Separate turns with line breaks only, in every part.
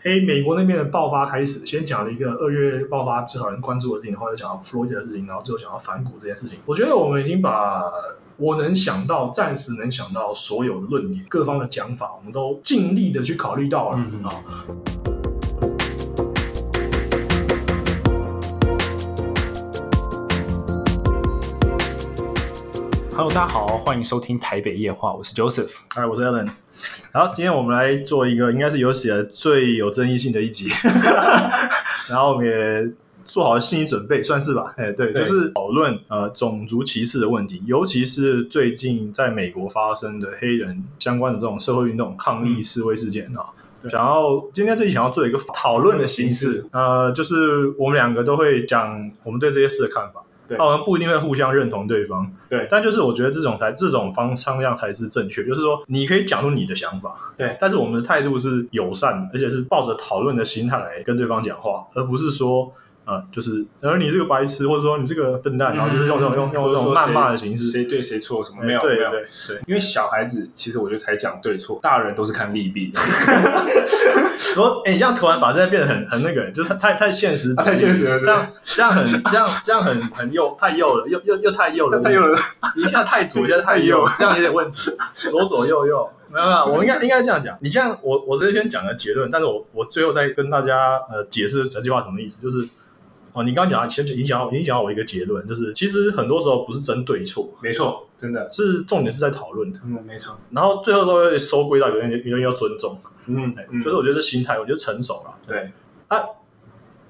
嘿，美国那边的爆发开始，先讲了一个二月爆发最少人关注的事情，然后又讲到弗洛伊德的事情，然后最后讲到反骨这件事情。我觉得我们已经把我能想到，暂时能想到所有的论点、各方的讲法，我们都尽力的去考虑到了啊。
嗯，Hello，大家好，欢迎收听台北夜话，我是 Joseph。
哎，我是 Alan。好，今天我们来做一个应该是有史以来最有争议性的一集， 然后我们也做好心理准备，算是吧？哎，对，
对
就是讨论呃种族歧视的问题，尤其是最近在美国发生的黑人相关的这种社会运动、抗议、示威事件啊。
对
想要今天这集想要做一个讨论的形
形
式
式，
呃，就是我们两个都会讲我们对这些事的看法，
对
那我们不一定会互相认同对方，
对
但就是我觉得这种才这种方向量才是正确，就是说你可以讲出你的想法，
对
但是我们的态度是友善的，而且是抱着讨论的心态来跟对方讲话，而不是说。呃，就是，而你这个白痴，或者说你这个笨
嗯
蛋，然后就是用这种用用这种谩骂的形式，
谁对谁错什么
哎
没有没
对对
有，
对，
因为小孩子其实我觉得才讲对错，大人都是看利弊 的，
说，哎、你这样突然把这个变得很很那个，就是太太现实主义，
太现实了
这样这样很这样这样很很幼，太幼了，又又又太幼了，
太有人
你一下太左，一下太右，这样有点问题。左左右右，没有没有，我应该应该这样讲。你这样，我我直接先讲个结论，但是我我最后再跟大家呃解释这句话什么意思，就是哦，你刚刚讲到先影响到影响到我一个结论，就是其实很多时候不是争对错，
没错，真的，
是重点是在讨论的，
嗯，没错，
然后最后都会收归到有人有人要尊重，
嗯
哎，
嗯
就是我觉得这心态，我觉得成熟了。
对，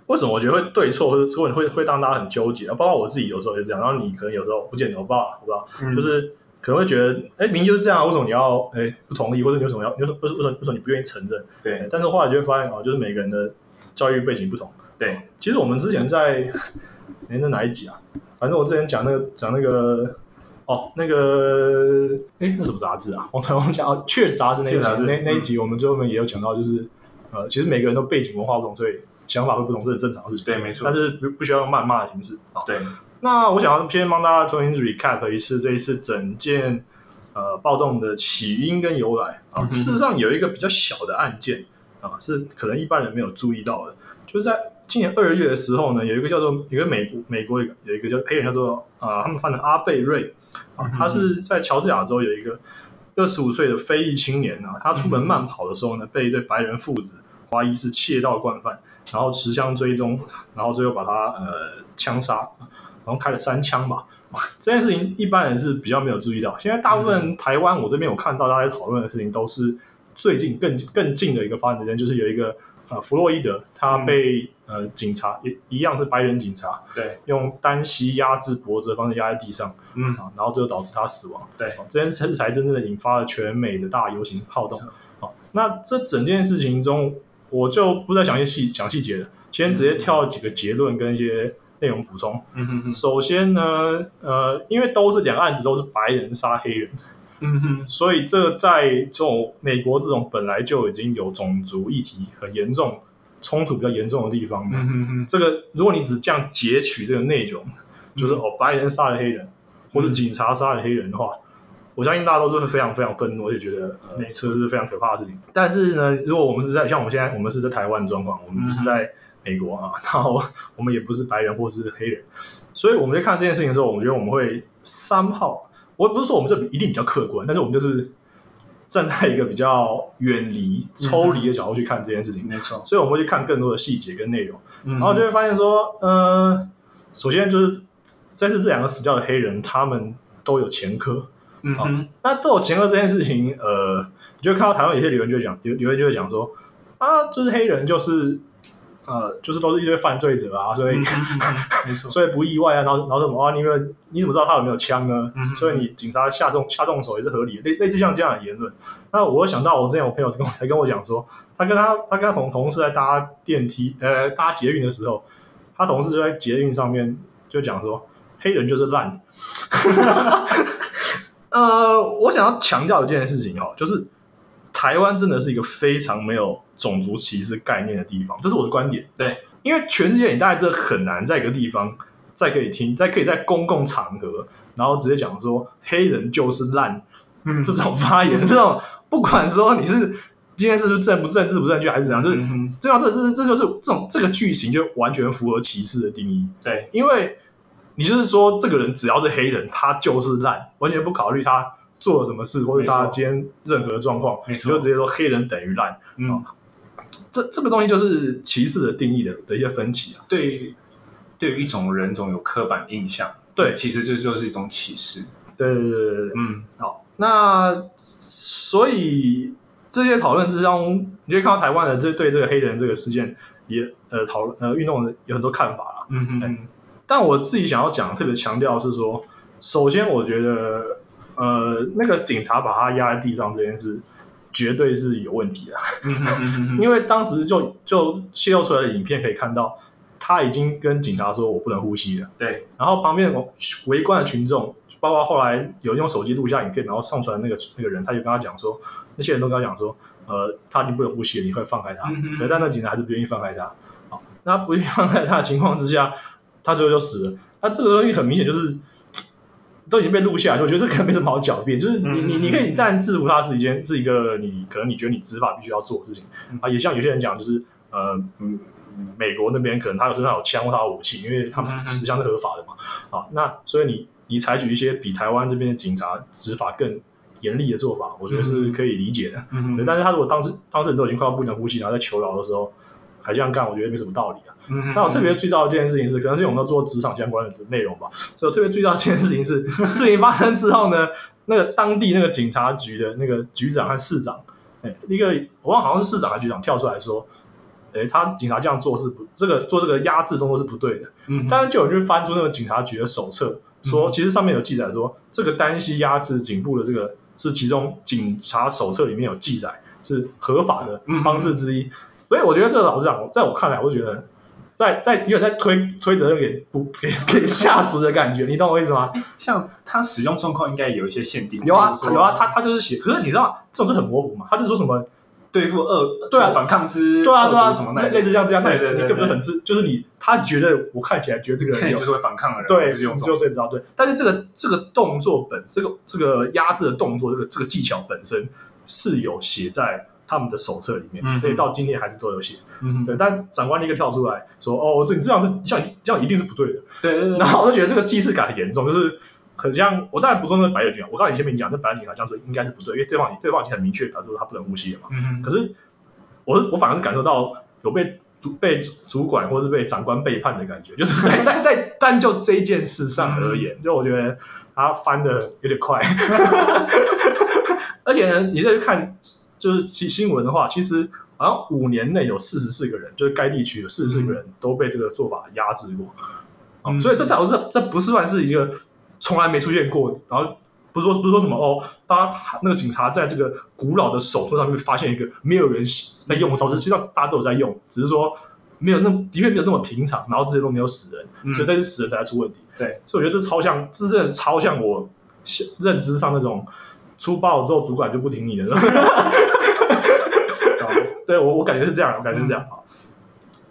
为什么我觉得会对错，或者会会会让大家很纠结？包括我自己有时候也这样，然后你可能有时候不见得我不知道，我不知道。
嗯
就是可能会觉得，哎、明明就是这样啊，为什么你要哎、不同意，或者你为什么要，你为什么为什么为什么你不愿意承认？哎
对
但是后来就会发现哦，就是每个人的教育背景不同。哦
对，
其实我们之前在，哎、那哪一集啊？反正我之前讲那个讲那个。哦，那个，哎，那什么杂志啊？我 们我们讲哦，确实杂志那一
确
集
实杂，志
那那一
嗯
集我们最后面也有讲到，就是，呃，其实每个人都背景文化不同，所以想法会不同，这是很正常的事情。
对没错
但是不不需要用谩骂的形式。哦好，
对，
那我想要先帮大家重新 recap 一次这一次整件呃暴动的起因跟由来啊。
嗯哼
事实上有一个比较小的案件啊，是可能一般人没有注意到的，就是在今年二月的时候呢，有一个叫做有一个美国美国有一个有一个叫黑人叫做啊，他们翻的阿贝瑞啊
嗯，哼
他是在乔治亚州有一个二十五岁的非裔青年啊，他出
嗯
门慢跑的时候呢，被一对白人父子怀疑是窃盗惯犯，然后持枪追踪，然后最后把他呃枪杀，然后开了三枪吧。哇这件事情一般人是比较没有注意到，现在大部分台湾我这边有看到大家在讨论的事情都是最近更更近的一个发展时间，就是有一个呃弗洛伊德他被、呃警察也一样是白人警察
对，
用单膝压制脖子的方式压在地上
嗯，
啊，然后最后导致他死亡。
对，
哦这件事才真正的引发了全美的大游行暴动。好，那这整件事情中，我就不再详细细讲细节了，先直接跳几个结论跟一些内容补充。
嗯哼哼，
首先呢，呃，因为都是两个案子都是白人杀黑人，
嗯哼，
所以这在这种美国这种本来就已经有种族议题很严重、冲突比较严重的地方呢，
嗯哼哼，
这个如果你只这样截取这个内容，就是、哦白人杀了黑人，或者警察杀了黑人的话，我相信大家都是会非常非常愤怒，而且觉得呃
没
这是非常可怕的事情。但是呢，如果我们是在像我们现在我们是在台湾的状况，我们不是在美国啊， 然后我们也不是白人或是黑人，所以我们在看这件事情的时候，我觉得我们会三号，我也不是说我们这一定比较客观，但是我们就是站在一个比较远离、抽离的角度去看这件事情，
没错，
所以我们会去看更多的细节跟内容。
嗯然嗯
然后就会发现说，呃，首先就是这次这两个死掉的黑人，他们都有前科。
嗯哼，
那都有前科这件事情，呃，你就会看到台湾有些留言就会讲，留留言就会讲说，啊，就是黑人就是，呃，就是都是一堆犯罪者啊，所以、
嗯哼哼没错，
所以不意外啊，然后然后什么啊，你们你怎么知道他有没有枪呢？
嗯哼
所以你警察下重下重手也是合理的，类类似像这样的言论。那我又想到我之前我朋友跟我还跟我讲说，他跟他他跟他同同事在搭电梯呃搭捷运的时候，他同事就在捷运上面就讲说黑人就是烂。 呃，我想要强调一件事情哦，就是台湾真的是一个非常没有种族歧视概念的地方，这是我的观点。
对，
因为全世界你大概真的很难在一个地方再可以听，再可以在公共场合，然后直接讲说黑人就是烂
嗯
这种发言，这种不管说你是今天是不是正不正、正不正确还是怎样？就是
嗯哼
这样，这这这就是这种这个剧情就完全符合歧视的定义，
对，
因为你就是说这个人只要是黑人，他就是烂，完全不考虑他做了什么事或者他
没错
今天任何状况，
没
你
错
就直接说黑人等于烂。
嗯，
这这个东西就是歧视的定义的的一些分歧啊。
对，对于一种人总有刻板印象，
对
其实这就是一种歧视。
对对对对对，
嗯，
好，那所以这些讨论之中，你就会看到台湾的这对这个黑人这个事件也呃讨论呃运动的有很多看法啦。
嗯哼嗯，
但我自己想要讲，特别强调的是说，首先我觉得，呃，那个警察把他压在地上这件事，绝对是有问题的，
嗯哼嗯哼，
因为当时就就泄露出来的影片可以看到，他已经跟警察说我不能呼吸了，
对，
然后旁边我围观的群众，包括后来有用手机录下影片，然后上传那个那个人，他就跟他讲说，那些人都跟他讲说，呃，他已经不能呼吸了，你快放开他。
嗯
可是
哼，
但那警察还是不愿意放开他。好，那不愿意放开他的情况之下，他最后就死了。那这个东西很明显就是都已经被录下来，我觉得这可能没什么好狡辩。就是你
嗯
你你可以，但制服他是一件是一个你可能你觉得你执法必须要做的事情
嗯
啊。也像有些人讲，就是呃嗯。美国那边可能他有身上有枪或他有武器，因为他们
嗯嗯嗯
实际上是合法的嘛。啊，那所以你你采取一些比台湾这边的警察执法更严厉的做法，我觉得是可以理解的。
嗯哼
对，但是他如果当时当事人都已经快要不能呼吸，然后在求饶的时候还这样干，我觉得没什么道理啊。
嗯哼
那我特别注意到一件事情是，可能是因为我们要做职场相关的内容吧，所以我特别注意到一件事情是， 事情发生之后呢，那个当地那个警察局的那个局长和市长，哎，一个我忘了好像是市长还是局长跳出来说，哎，他警察这样做是不这个做这个压制动作是不对的。
嗯哼
当然就有人去翻出那个警察局的手册，说
嗯
其实上面有记载说，这个单膝压制颈部的这个是其中警察手册里面有记载是合法的
嗯
方式之一。所以我觉得这个老实讲，在我看来，我就觉得在在有点在推推责任给不给给下属的感觉，你懂我意思吗？
像它使用状况应该有一些限定，
有啊
比如说
有啊，他他就是写，可是你知道这种就很模糊嘛，他就说什么
对付恶
对啊
反抗之
对啊对啊
恶毒什么
类
那
类似这样这样，但
对对
你
对
根本就很自，就是你他觉得我看起来觉得这个人
对
有
就是会反抗的人，
对，
就是用
你
这
就
种
最知道对。但是这个这个动作本这个这个压制的动作，这个这个技巧本身是有写在他们的手册里面，
嗯哼
所以到今天还是都有写。
嗯
对，
哼
但长官立刻跳出来说：“哦，这你这样是像你这样一定是不对的。
对对”对
然后我就觉得这个既视感很严重，就是。很像，我当然不说那个白人警察，我刚才前面讲，那白人警察这样做应该是不对，因为对方已对方已经很明确表示说他不能呼吸了嘛。
嗯哼
可是我是我反而是感受到有被主被主管或是被长官背叛的感觉，就是在在在单就这一件事上而言，就我觉得他翻的有点快，而且呢，你再去看就是其新闻的话，其实好像五年内有四十四个人，就是该地区有四十四个人都被这个做法压制过，哦
嗯
所以这导致这这不是算是一个从来没出现过，然后不是说不是说什么哦，当那个警察在这个古老的手册上面发现一个没有人在用的招式，实际上大家都有在用，只是说没有那么的确没有那么平常，然后这些都没有死人，
嗯
所以这是死人才出问题。
对，
所以我觉得这超像，这真的超像我想认知上那种粗暴了之后主管就不听你的。
哦
对我我感觉是这样，我感觉是这样。好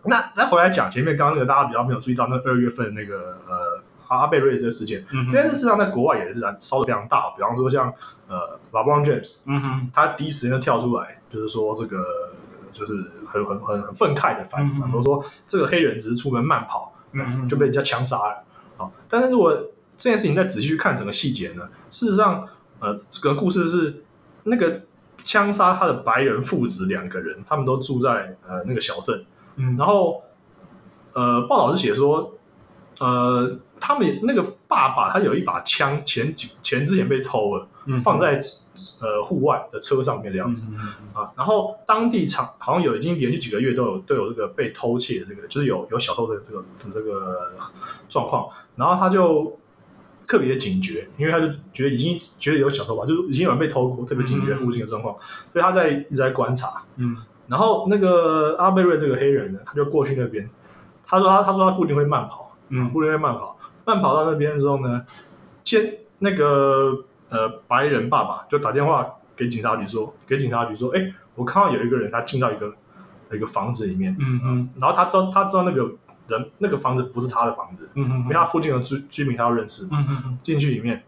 那再回来讲前面刚刚那个大家比较没有注意到那个二月份那个呃阿贝瑞这个事件，
嗯
这件事实际上在国外也是烧的非常大，比方说像呃 LeBron James，
嗯哼
他第一时间就跳出来，就是说这个就是很很很很愤慨的反
嗯
反驳说，这个黑人只是出门慢跑
嗯哼
就被人家枪杀了。好，但是如果这件事情再仔细去看整个细节呢，事实上，呃，这个故事是那个枪杀他的白人父子两个人，他们都住在呃那个小镇，
嗯
然后呃报道是写说，呃，他们那个爸爸他有一把枪，前几前之前被偷了。
嗯
放在呃户外的车上面的样
嗯
子、
哼
啊。然后当地场好像有已经连续几个月都有都有这个被偷窃的这个，就是有有小偷的这个的这个状况。然后他就特别警觉，因为他就觉得已经觉得有小偷吧，就是已经有人被偷过，特别警觉附近的状况，所以他在一直在观察。
嗯
然后那个阿贝瑞这个黑人呢，他就过去那边，他说他他说他固定会慢跑，
嗯
固定会慢跑，慢跑到那边之后呢，先那个呃白人爸爸就打电话给警察局说，给警察局说，哎，我看到有一个人他进到一个一个房子里面，
嗯哼
然后他知道他知道那个人那个房子不是他的房子，
嗯哼
因为他附近的居居民他要认识，
嗯哼
进去里面，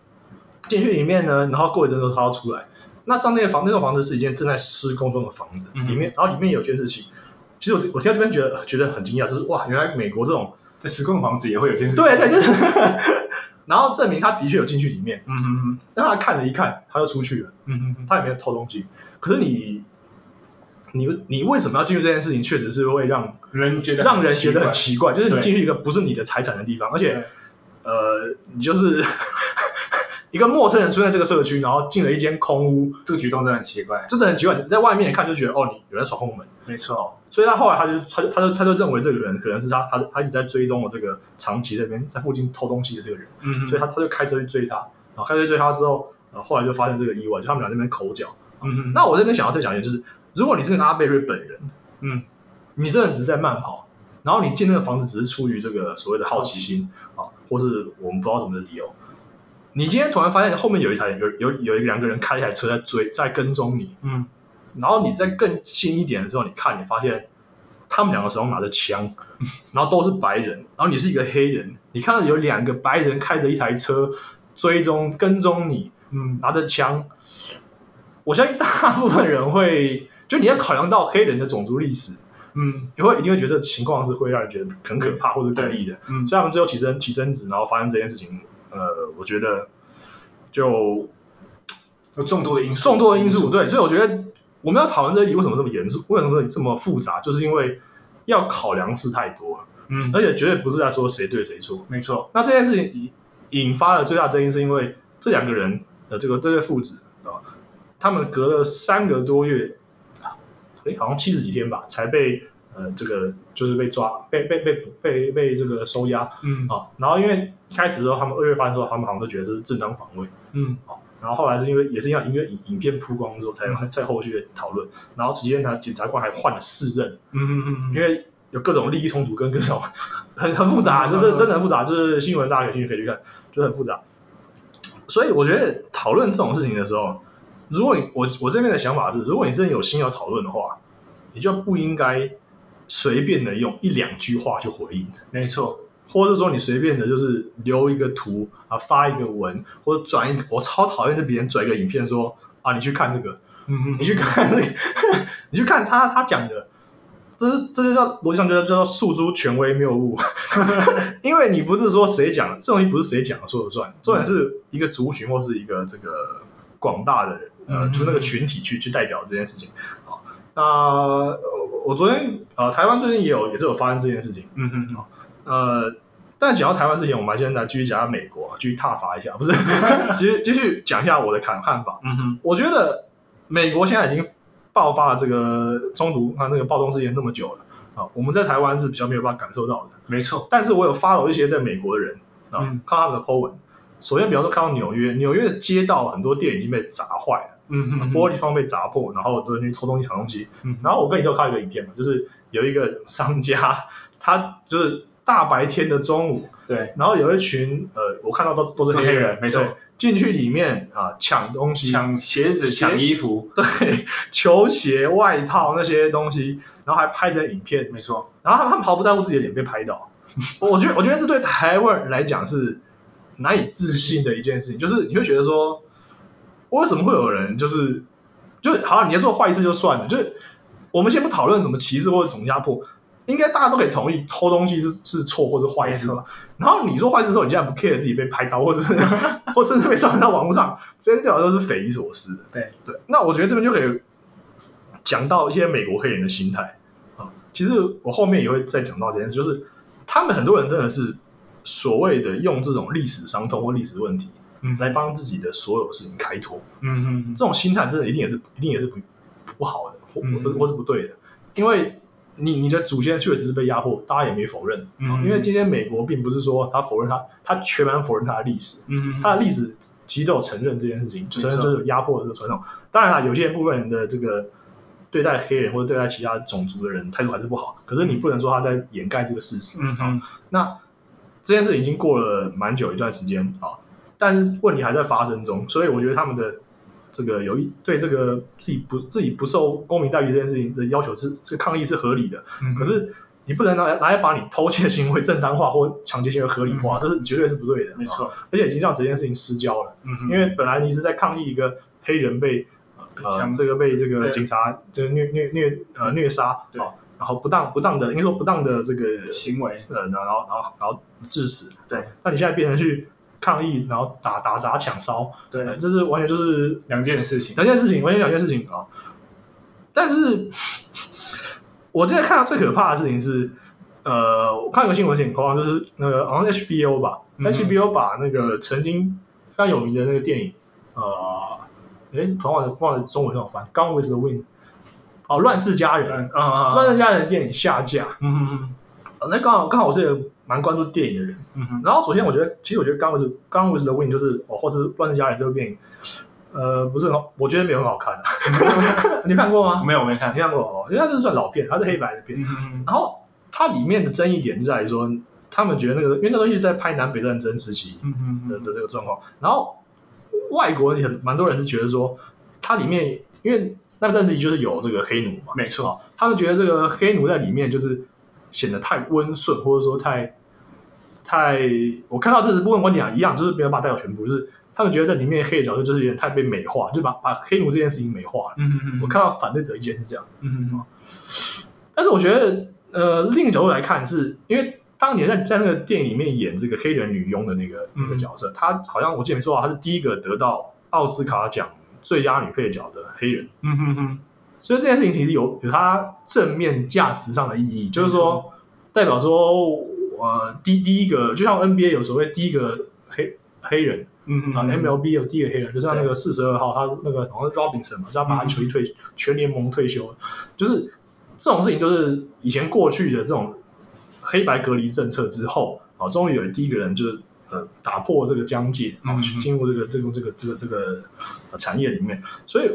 进去里面呢，然后过一阵子他要出来，那上那个房那栋房子是一间正在施工中的房子，
嗯
里面然后里面有件事情，其实我我听到这边觉得觉得很惊讶，就是哇，原来美国这种
这施工的房子也会有件事。
对对，就是， 然后证明他的确有进去里面，
嗯哼哼，
但他看了一看，他就出去了。
嗯哼哼，
他也没有偷东西。可是你，你你为什么要进入这件事情，确实是会让
人觉得
让人觉得很
奇
奇怪，就是你
对
进去一个不是你的财产的地方，而
怪，
且呃，你就是 一个陌生人出现在这个社区，然后进了一间空屋，
这个举动真的很奇怪。
真的很奇怪。你在外面看就觉得哦，你有人闯空门，
没错，
所以他后来他就他就他就他就认为这个人可能是他他他一直在追踪我这个长崎这边在附近偷东西的这个人，
嗯哼，
所以他他就开车去追他，然后开车去追他之后，然后后来就发现这个意外，就他们俩在那边口角。
嗯哼，
那我这边想要再讲一点，就是如果你是个阿贝瑞本人，
嗯，
你真的只是在慢跑，然后你进那个房子只是出于这个所谓的好奇心啊，或是我们不知道什么的理由，你今天突然发现后面有一台有有有一个两个人开一台车在追在跟踪你，
嗯，
然后你在更近一点的时候，你看你发现他们两个手上拿着枪，然后都是白人，然后你是一个黑人，你看到有两个白人开着一台车追踪跟踪你，
嗯，
拿着枪，我相信大部分人会，就你要考量到黑人的种族历史，
嗯，
你会一定会觉得这情况是会让人觉得很可怕或者诡异的，
嗯，
所以他们最后起争起争执，然后发生这件事情，呃，我觉得就
有众多的因素，
众多的因素，对，所以我觉得我们要讨论这里为什么这么严肃，为什么这么复杂，就是因为要考量事太多了，
嗯，
而且绝对不是在说谁对谁错，
没错，
那这件事情引引发了最大争议，是因为这两个人的这个这对父子啊，他们隔了三个多月，哎，好像七十几天吧，才被呃这个就是被抓，被被被被被这个收押
嗯
啊。然后因为一开始的时候，他们二月发现说，他们好像都觉得这是正当防卫。
嗯
然后后来是因为也是因为因为影影片曝光之后，才有才有后续的讨论。然后直接呢，检察官还换了四任，
嗯嗯
因为有各种利益冲突跟各种很很复杂，就是真的很复杂，就是新闻大家有兴趣可以去看，就是很复杂。所以我觉得讨论这种事情的时候，如果你我我这边的想法是，如果你真的有心要讨论的话，你就不应该随便的用一两句话去回应，
嗯，没错，
或者说你随便的就是留一个图啊，发一个文，或者转一个，我超讨厌就别人转一个影片说啊，你去看这个，
嗯
你去看这个， 你去看他他讲的，这是这就叫逻辑上就叫叫做诉诸权威谬 误，因为你不是说谁讲的，这东西不是谁讲的说了算，重点
嗯
是一个族群或是一个这个广大的人，呃，
嗯
就是那个群体去去代表这件事情。好，那呃我我昨天呃，台湾最近也有也是有发生这件事情，
嗯嗯嗯，
呃，但讲到台湾之前，我们还先来继续讲下美国，啊继续踏伐一下，不是， 继续继续讲一下我的看看法。
嗯哼，
我觉得美国现在已经爆发了这个冲突啊，那个暴动事件那么久了啊，我们在台湾是比较没有办法感受到的。
没错，
但是我有 follow 一些在美国的人啊，
嗯
看他们的 po 文。首先，比方说看到纽约，纽约的街道很多店已经被砸坏了，
嗯哼，
玻璃窗被砸破，然后很多人去偷东西抢东西。
嗯
然后我跟你都有看一个影片嘛，就是有一个商家，他就是大白天的中午，
对，
然后有一群呃，我看到都都是
都是
黑
黑
人，
人没错
对，进去里面啊抢东西，
抢鞋子、抢衣服，
对，球鞋、外套那些东西，然后还拍成影片，
没错，
然后他们他们毫不在乎自己的脸被拍到。我觉得，我觉得这对台湾人来讲是难以置信的一件事情，就是你会觉得说，为什么会有人就是就是好，你要做坏事就算了，就是我们先不讨论什么歧视或者种压迫，应该大家都可以同意偷东西是是错或是坏事吧。然后你做坏事之后，你竟然不 care 自己被拍到，或者是 或甚至被上传到网络上，这些对我来说是匪夷所思的。
对
对，那我觉得这边就可以讲到一些美国黑人的心态啊。其实我后面也会再讲到这件事，就是他们很多人真的是所谓的用这种历史伤痛或历史问题
嗯
来帮自己的所有事情开脱。
嗯嗯
这种心态真的一定也是一定也是不不好的，或
嗯
或或是不对的，因为你你的祖先确实是被压迫，大家也没否认。
嗯
因为今天美国并不是说他否认他，他全然否认他的历史，
嗯
他的历史极都有承认这件事情，
错
承认就是有压迫的这个传统。当然啦，有些部分人的这个对待黑人或者对待其他种族的人态度还是不好，可是你不能说他在掩盖这个事实。
嗯嗯
那这件事已经过了蛮久一段时间啊，但是问题还在发生中，所以我觉得他们的这个有一对这个自己不自己不受公民待遇这件事情的要求是这个抗议是合理的，
嗯，
可是你不能拿来拿来把你偷窃行为正当化或抢劫行为合理化，这是绝对是不对的，
嗯没
啊，
错，
而且已经让整件事情失焦了，
嗯
因为本来你是在抗议一个黑人被。呃呃
枪
这个被这个
对
警察就是虐虐虐呃虐杀啊、
对
哦然后不当不当的应该说不当的这个
行为，
呃，然后然后然后然后致死。
对，
那你现在变成去抗议，然后打打砸抢烧，
对，
呃这是完全就是
两件事情，
两件事情，完全两件事情啊、哦但是我现在看到最可怕的事情是，呃，我看有个新闻很夸张，就是那个好像 HBO 吧、
嗯
h b o 把那个曾经非常有名的那个电影，呃，哎，突然忘了忘了中文叫什么翻，《Gone with the Wind》哦，《乱世佳人》
嗯啊
乱世佳人》的电影下架，
嗯
呃那刚好刚好我是一个蛮关注电影的人。
嗯嗯
然后首先我觉得，其实我觉得《刚 with 刚 with the Win》就是哦，或是《乱世佳人》这部电影，呃，不是很好，我觉得没有很好看、啊 你看过吗？
没有没看
你，看过哦，因为它是算老片，它是黑白的片。
嗯嗯
然后它里面的争议点在于说，他们觉得那个，因为那东西是在拍南北战争时期
嗯
的的这个状况。然后外国人很蛮多人是觉得说，它里面因为那段时期就是有这个黑奴嘛，
没错，
他们觉得这个黑奴在里面就是显得太温顺，或者说太太，我看到这是部分观点啊，一样，就是没有把它代表全部，就是他们觉得里面黑的角色就是有点太被美化，就把把黑奴这件事情美化了。
嗯嗯
我看到反对者意见是这样，
嗯
但是我觉得呃，另一个角度来看是，因为当年在在那个电影里面演这个黑人女佣的那个那个角色，她好像我记得没错啊，她是第一个得到奥斯卡奖最佳女配角的黑人。
嗯嗯嗯，
所以这件事情其实有有它正面价值上的意义，就是说代表说，呃，第第一个就像 NBA 有所谓第一个黑黑人
嗯
啊、MLB 有第一个黑人，就像那个四十二号，他那个好像是 Robinson 嘛，就他把他
嗯
球衣退、全联盟退休，就是这种事情都是以前过去的这种黑白隔离政策之后啊，终于有第一个人就是。呃，打破这个疆界，然后去
嗯
进入这个这个这个这个这个呃产业里面，所以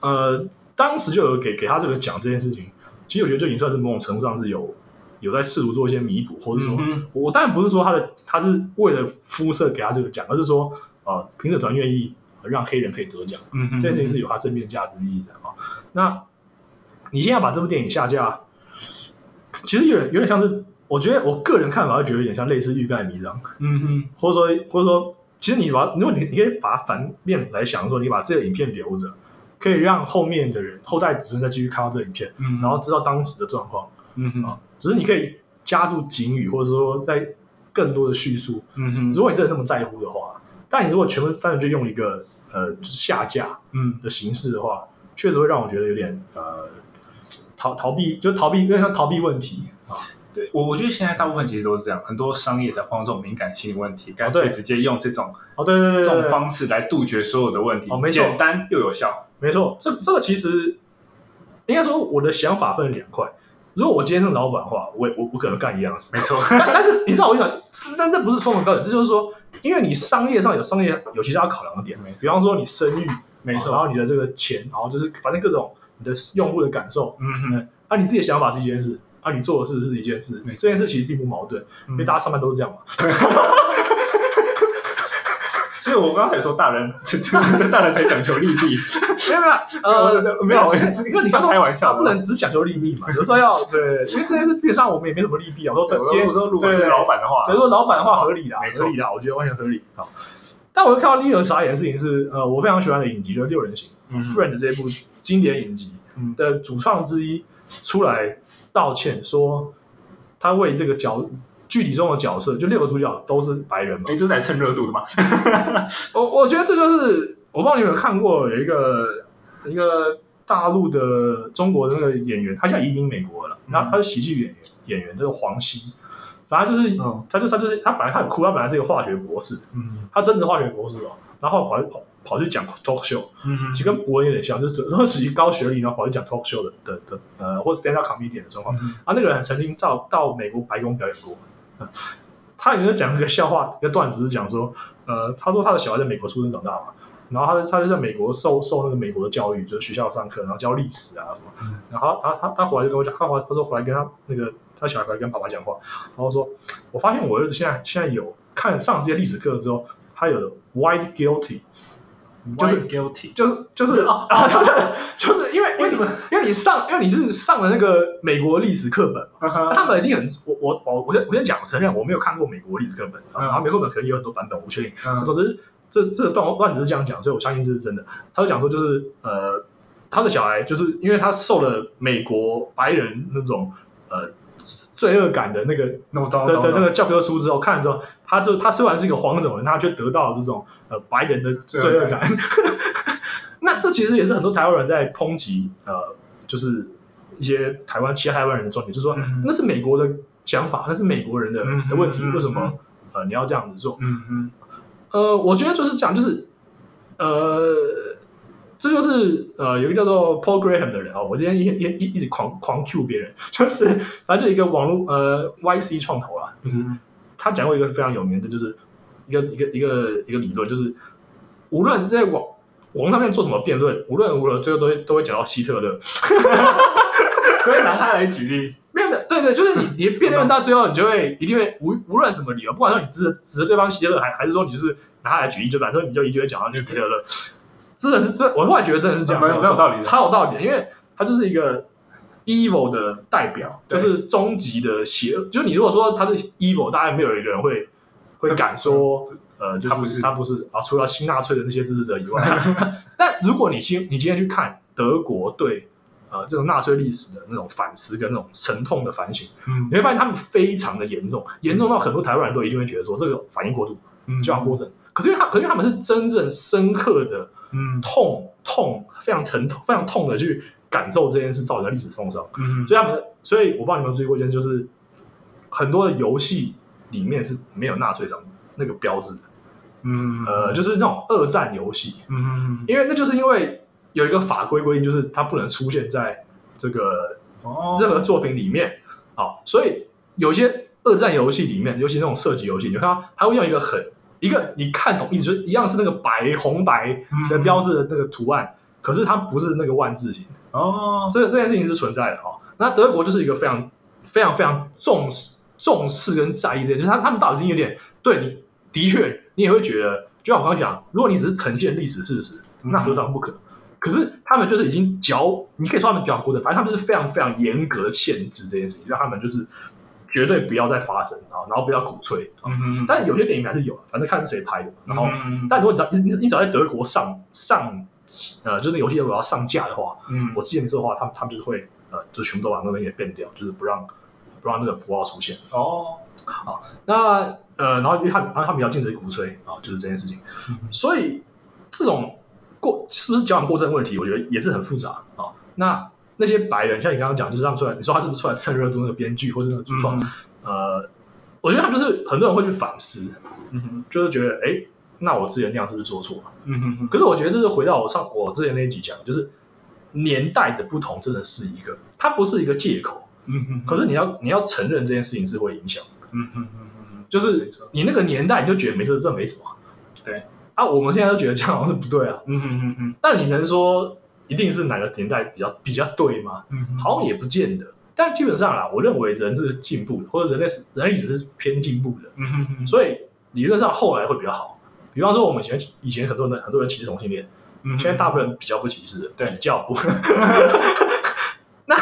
呃，当时就有给给他这个奖这件事情，其实我觉得就已经算是某种程度上是有有在试图做一些弥补，或者说，
嗯
我当然不是说他的他是为了肤色给他这个奖，而是说呃评审团愿意呃让黑人可以得奖，
嗯，
这件事情是有它正面价值意义的啊、那你现在把这部电影下架，其实有点有点像是，我觉得我个人看法会觉得有点像类似欲盖弥彰。
嗯嗯
或者说或者说，其实你把如果你你可以把它反面来想说，你把这个影片留着，可以让后面的人后代子孙再继续看到这个影片，
嗯，
然后知道当时的状况
嗯嗯
啊。只是你可以加入警语，或者说在更多的叙述，
嗯
如果你真的那么在乎的话，但你如果全部单纯就用一个呃就是下架
嗯
的形式的话，确实会让我觉得有点呃逃逃避，就逃避有点像逃避问题啊。
对我我觉得现在大部分其实都是这样，很多商业在碰到这种敏感心理问题，干
哦对
脆直接用这种
哦，对对对对
这
对，
种方式来杜绝所有的问题
哦没，错
简单又有效。
没错，这这个其实应该说我的想法分两块。如果我今天是老板的话，我也我我可能干一样的事。
没错，
但但是你知道我意思吗？这但这不是双重标准，这就是说，因为你商业上有商业有其他考量的点，比方说你声誉，
没错
然后你的这个钱，然后就是反正各种你的用户的感受，
嗯嗯，
啊，你自己的想法是一件事，啊，你做的事是一件事
没，错嗯
这件事其实并不矛盾，因为大家上班都是这 样嘛。
所以我刚才说大人， 大人才讲求利 弊，
没有没有，呃，
没有，
因为你刚
刚
刚
开玩笑的，
不能只讲究利弊 嘛，有时候要对，因为这件事基本上我们也没什么利弊啊。我
对。嗯
说今天
我说如果是
对
老板的话
比，如说老板的话合理啦，
没错
合理啦，我觉得完全合理。好，但我又看到另一个傻眼的事情是，呃，我非常喜欢的影集就是《六人行》
嗯
Friend》这部经典影集
嗯
的主创之一出来道歉，说他为这个角剧里中的角色，就六个主角都是白人嘛。
哎，这才蹭热度的嘛。
我我觉得这就是我不知道你有没有看过有一个一个大陆的中国的那个演员，他现在移民美国了，
嗯
然后他是喜剧演员演员，就是黄西，反正就是
嗯
他就他就是他本来他很酷，他本来是一个化学博士，
嗯
他真的化学博士哦，然后跑去跑跑去讲 talk show，
嗯
其实跟博文有点像，就是都是属于高学历，然后跑去讲 talk show 的的的呃或者 stand up comedian 的状况。啊，那个人曾经到到美国白宫表演过，嗯他有时候讲一个笑话，一个段子是讲说，呃，他说他的小孩在美国出生长大嘛，然后他就他就在美国受受那个美国的教育，就是学校上课，然后教历史啊什么，
嗯
然后他他他他回来就跟我讲，他回来他说回来跟他那个他小孩回来跟爸爸讲话，然后说，我发现我儿子现在现在有看上这些历史课之后，他有 white guilty，就是
guilty。
就是就是 啊，就是就是因为因为你因为你上因为你是上了那个美国历史课本。
嗯
他们一定很，我我我我先我先讲，我承认我没有看过美国历史课本，啊
嗯
然后美国本可能有很多版本，我不确定。
嗯
总之，这这个段段子是这样讲，所以我相信这是真的。他就讲说，就是呃，他的小孩就是因为他受了美国白人那种呃罪恶感的那个
那我懂
的
懂
的那
懂，
个教科书之后，看了之后，他就他虽然是一个黄种人，他却得到了这种呃白人的罪恶感。 那这其实也是很多台湾人在抨击呃，就是一些台湾其他台湾人的重点，就是说、
嗯
那是美国的想法，那是美国人的、
嗯
的问题，
嗯嗯
为什么、呃你要这样子做？
嗯嗯，
呃，我觉得就是这样，就是呃，这就是呃，有一个叫做 Paul Graham 的人哦，我今天一一一一直狂狂 Q 别人，就是反正就一个网络呃 YC 创投啦，就是
嗯
他讲过一个非常有名的，就是一个一个一个一个理论，就是无论在网网上面做什么辩论，无论如何，最后都会都会讲到希特勒。
可以 拿他来举例，
没有的，对对，就是你你辩论到最后，你就会一定会无无论什么理由，不管说你指指着对方希特勒，还还是说你就是拿他来举例，就反正你就一定会讲到希特勒。真的是真，我后来觉得真的是这样，
没有没有
错
道理的
超有道理的，因为他就是一个 evil 的代表，就
对
是终极的邪恶。就是你如果说他是 evil，大概没有一个人会会敢说，呃，就是
他不是
他不是啊，除了新纳粹的那些支持者以外。 但如果你今你今天去看德国对呃这种纳粹历史的那种反思跟那种沉痛的反省，
嗯
你会发现他们非常的严重，严重到很多台湾人都一定会觉得说这个反应过度，
嗯，
就要过正。可是因为他，可是因为他们是真正深刻的
嗯
痛痛，非常疼痛，非常痛的去感受这件事造成的历史创伤。
嗯，
所以他们，所以我不知道你们有没有注意过一件事，就是很多的游戏里面是没有纳粹章那个标志的，
嗯
呃，就是那种二战游戏，
嗯嗯
因为那就是因为有一个法规规定，就是它不能出现在这个
哦，
任何作品里面。好，所以有些二战游戏里面，尤其那种射击游戏，你会看到它会用一个很一个你看懂意思，就是一样是那个白红白的标志的那个图案，可是它不是那个万字形。
哦，
这这件事情是存在的哦。那德国就是一个非常非常非常重视重视跟在意这件事，就是他他们到已经有点对你的确，你也会觉得，就像我刚刚讲，如果你只是呈现历史事实，
嗯
那何尝不可？可是他们就是已经嚼，你可以说他们嚼过的，反正他们是非常非常严格限制这件事情，让他们就是绝对不要再发生啊，然后不要鼓吹啊。
嗯嗯，
但有些电影还是有，啊反正看是谁拍的，然后。
嗯
但如果你早你你你早在德国上上呃，就是那游戏如果要上架的话，
嗯
我之前没做的话，他们他们就是会呃，就全部都把那个东西给变掉，就是不让不让那个符号出现。
哦，
那呃，然后因为他们然后他们比较禁止鼓吹啊，就是这件事情。 所以这种过是不是矫枉过正问题，我觉得也是很复杂啊。那那些白人，像你刚刚讲，就是他们出来，你说他是不是出来蹭热度那个编剧或者那个主创？
嗯
呃，我觉得他们就是很多人会去反思，
嗯
就是觉得哎，诶那我之前那样是不是做错了？
嗯嗯，
可是我觉得这是回到我上我之前那一集讲的，就是年代的不同真的是一个，它不是一个借口。
嗯
可是你要你要承认这件事情是会影响，
嗯嗯嗯
就是
没错
你那个年代你就觉得没事，这没什么啊。
对
啊，我们现在都觉得这样好像是不对啊。
嗯嗯
但你能说一定是哪个年代比较比较对吗？
嗯，
好像也不见得。但基本上啦，我认为人是进步的，或者人类是人类历史是偏进步的，
嗯嗯嗯，
所以理论上后来会比较好。比方说，我们以前以前很多人很多人歧视同性恋，
以
现在大部分人比较不歧视，
对
比较不。 那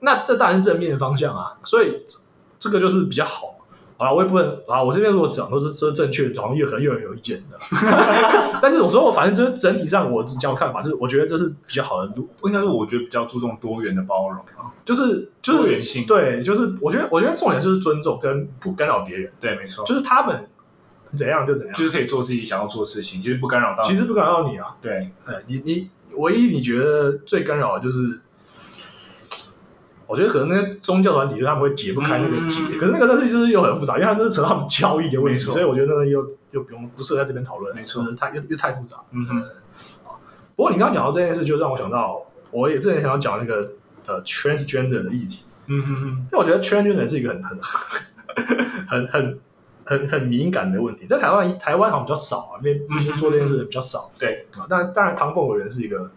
那这当然是正面的方向啊，所以这这个就是比较好嘛。好了，我也不能啊，我这边如果讲都是这正确，好像又可能又有人有意见的。 但是我说我反正就是整体上我只讲我看法，就是我觉得这是比较好的路，
应该是我觉得比较注重多元的包容啊，
就是就是
多元性
对，就是我觉得我觉得重点就是尊重跟不干扰别人，
对，没错，
就是他们怎样就怎样，
就是可以做自己想要做的事情，就是不干扰到，
其实不干扰你啊，
对，
呃，你你唯一你觉得最干扰的就是，我觉得可能那些宗教团体就是他们会解不开那个结，
嗯
可是那个东西就是又很复杂，因为它那是扯到他们交易的问题，
没错
所以我觉得那个又又不用不适合在这边讨论，
没错
就是太又又太复杂。
嗯哼，
不过你刚刚讲到这件事，就让我想到，我也之前想要讲那个呃 transgender 的议题，
嗯嗯
因为我觉得 transgender 是一个很很很 很很很敏感的问题，在台湾台湾好像比较少啊，因为
嗯嗯
做这件事的比较少。
嗯，对，
啊，但当然唐凤委员是一个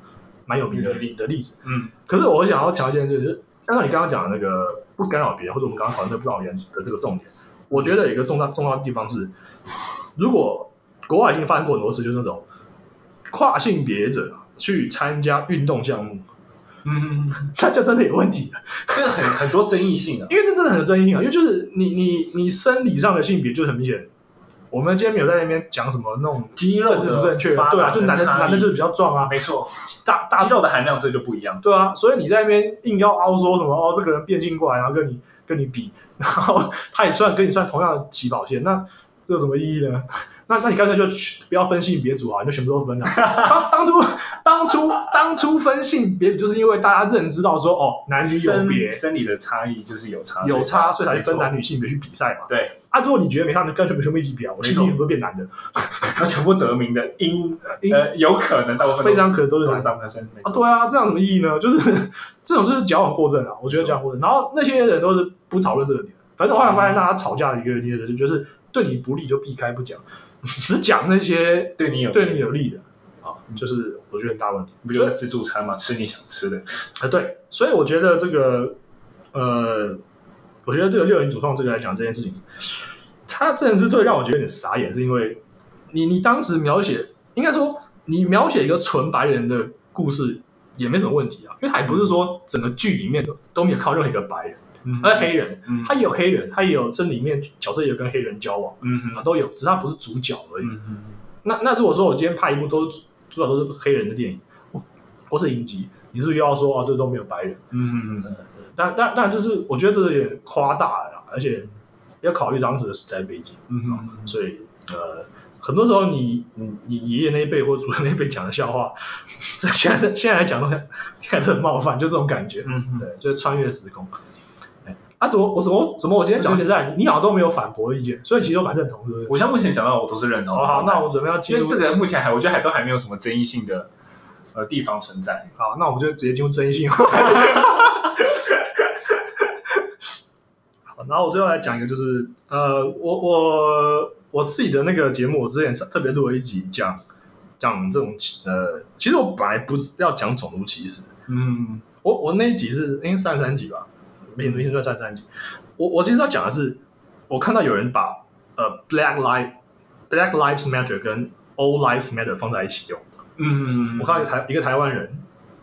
蛮有名的
嗯
例的例子。
嗯
可是我想要强调一件事，就是像你刚刚讲的那个不干扰别人，或者我们刚刚讨论的不干扰别人的这个重点，我觉得有一个重大重要的地方是，如果国外已经发生过很多次，就是那种跨性别者去参加运动项目，
嗯，
那就真的有问题了，
这个很很多争议性啊，
因为这真的很有争议性啊，因为就是你你你生理上的性别就是很明显。我们今天没有在那边讲什么那种
肌肉
政治
的
不正确，
发
对啊，
展
就男的
差异
男的就是比较壮啊，
没错，
大大
肌肉的含量这就不一样。
对啊，所以你在那边硬要凹说什么哦，这个人变性过来，然后跟你跟你比，然后他也算跟你算同样的起跑线，那这有什么意义呢？那那你干脆就去不要分性别组啊，你就全部都分了、当当初当初当初分性别组，就是因为大家认知到说哦，男女有
生
别
理生理的差异就是有差，
有差，所以才去分
没错
男女性别去比赛嘛。
对，
啊，如果你觉得没差，那干脆我们全部一起比啊，我性
没错
别组都变男的，
那全部得名的应
因
呃有可能大部分都
非常可能都是
都
男
是
的。
大部分生没
啊，
错
对啊，这样有什么意义呢？就是 这种就是矫枉过正啊，我觉得矫枉过正。然后那些人都是不讨论这个点，反正我后来发现大家吵架的一个原因就是，就是对你不利就避开不讲，只讲那些
对你有
对你有利的啊，就是我觉得很大问题。
不就是自助餐嘛，吃你想吃的。
啊，对，所以我觉得这个呃，我觉得这个六人主创这个来讲这件事情，他这件事最让我觉得有点傻眼，是因为你你当时描写，应该说你描写一个纯白人的故事也没什么问题啊，因为他也不是说整个剧里面都都没有靠任何一个白人，
嗯
而黑人，
嗯
他也有黑人，他也有这里面角色也有跟黑人交往
嗯哼
啊，都有，只是他不是主角而已。
嗯哼，
那那如果说我今天拍一部都是主角都是黑人的电影，我我是影集，你是不是又要说哦，这都没有白人？
嗯哼，
但但但就是我觉得这有点夸大了啦，而且要考虑当时的时代背景，
嗯哼，
所以呃，很多时候你你你爷爷那一辈或祖父那一辈讲的笑话，这现在现在来讲都很听起来很冒犯，就这种感觉，
嗯哼，
对，就是穿越时空。哎啊，怎么我怎么怎么我今天讲到现在，你你好像都没有反驳的意见，所以其实我蛮认同，是不是？
我像目前讲到，我都是认同
好
的。
哦好，那我们准备要进
因
入
为这个目前还，我觉得还都还没有什么争议性的呃地方存在。
好，那我们就直接进入争议性。好，然后我最后来讲一个，就是呃，我我我自己的那个节目，我之前特别录了一集讲讲这种呃，其实我本来不是要讲种族歧视，
嗯
我我那一集是应该三十三集吧，没没算三十三集。我我其实要讲的是，我看到有人把呃 Black Lives Black Lives Matter 跟 All Lives Matter 放在一起用，
嗯
我看到一个台一个台湾人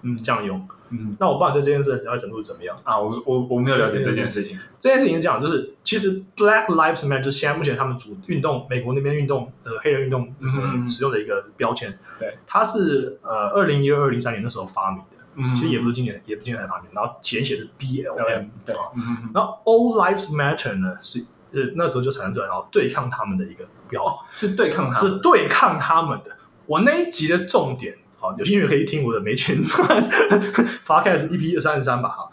嗯这样用。
嗯
那我爸对这件事的了解程度是怎么样？
啊，我我我没有了解这件事情。
这件事情是这样，就是其实 Black Lives Matter 就是现在目前他们主运动美国那边运动呃黑人运动、呃
嗯
使用的一个标签，
对，
它是呃二零一二二零三年那时候发明的，
嗯
其实也不是今年，也不是今年才发明，然后简写是 BLM，
对，嗯
然后 All Lives Matter 呢是呃那时候就产生出来，然后对抗他们的一个标
是对抗他，
是对抗他们的。我那一集的重点，好，有兴趣的可以听我的没钱赚 ，Podcast E EP 三十三吧。哈，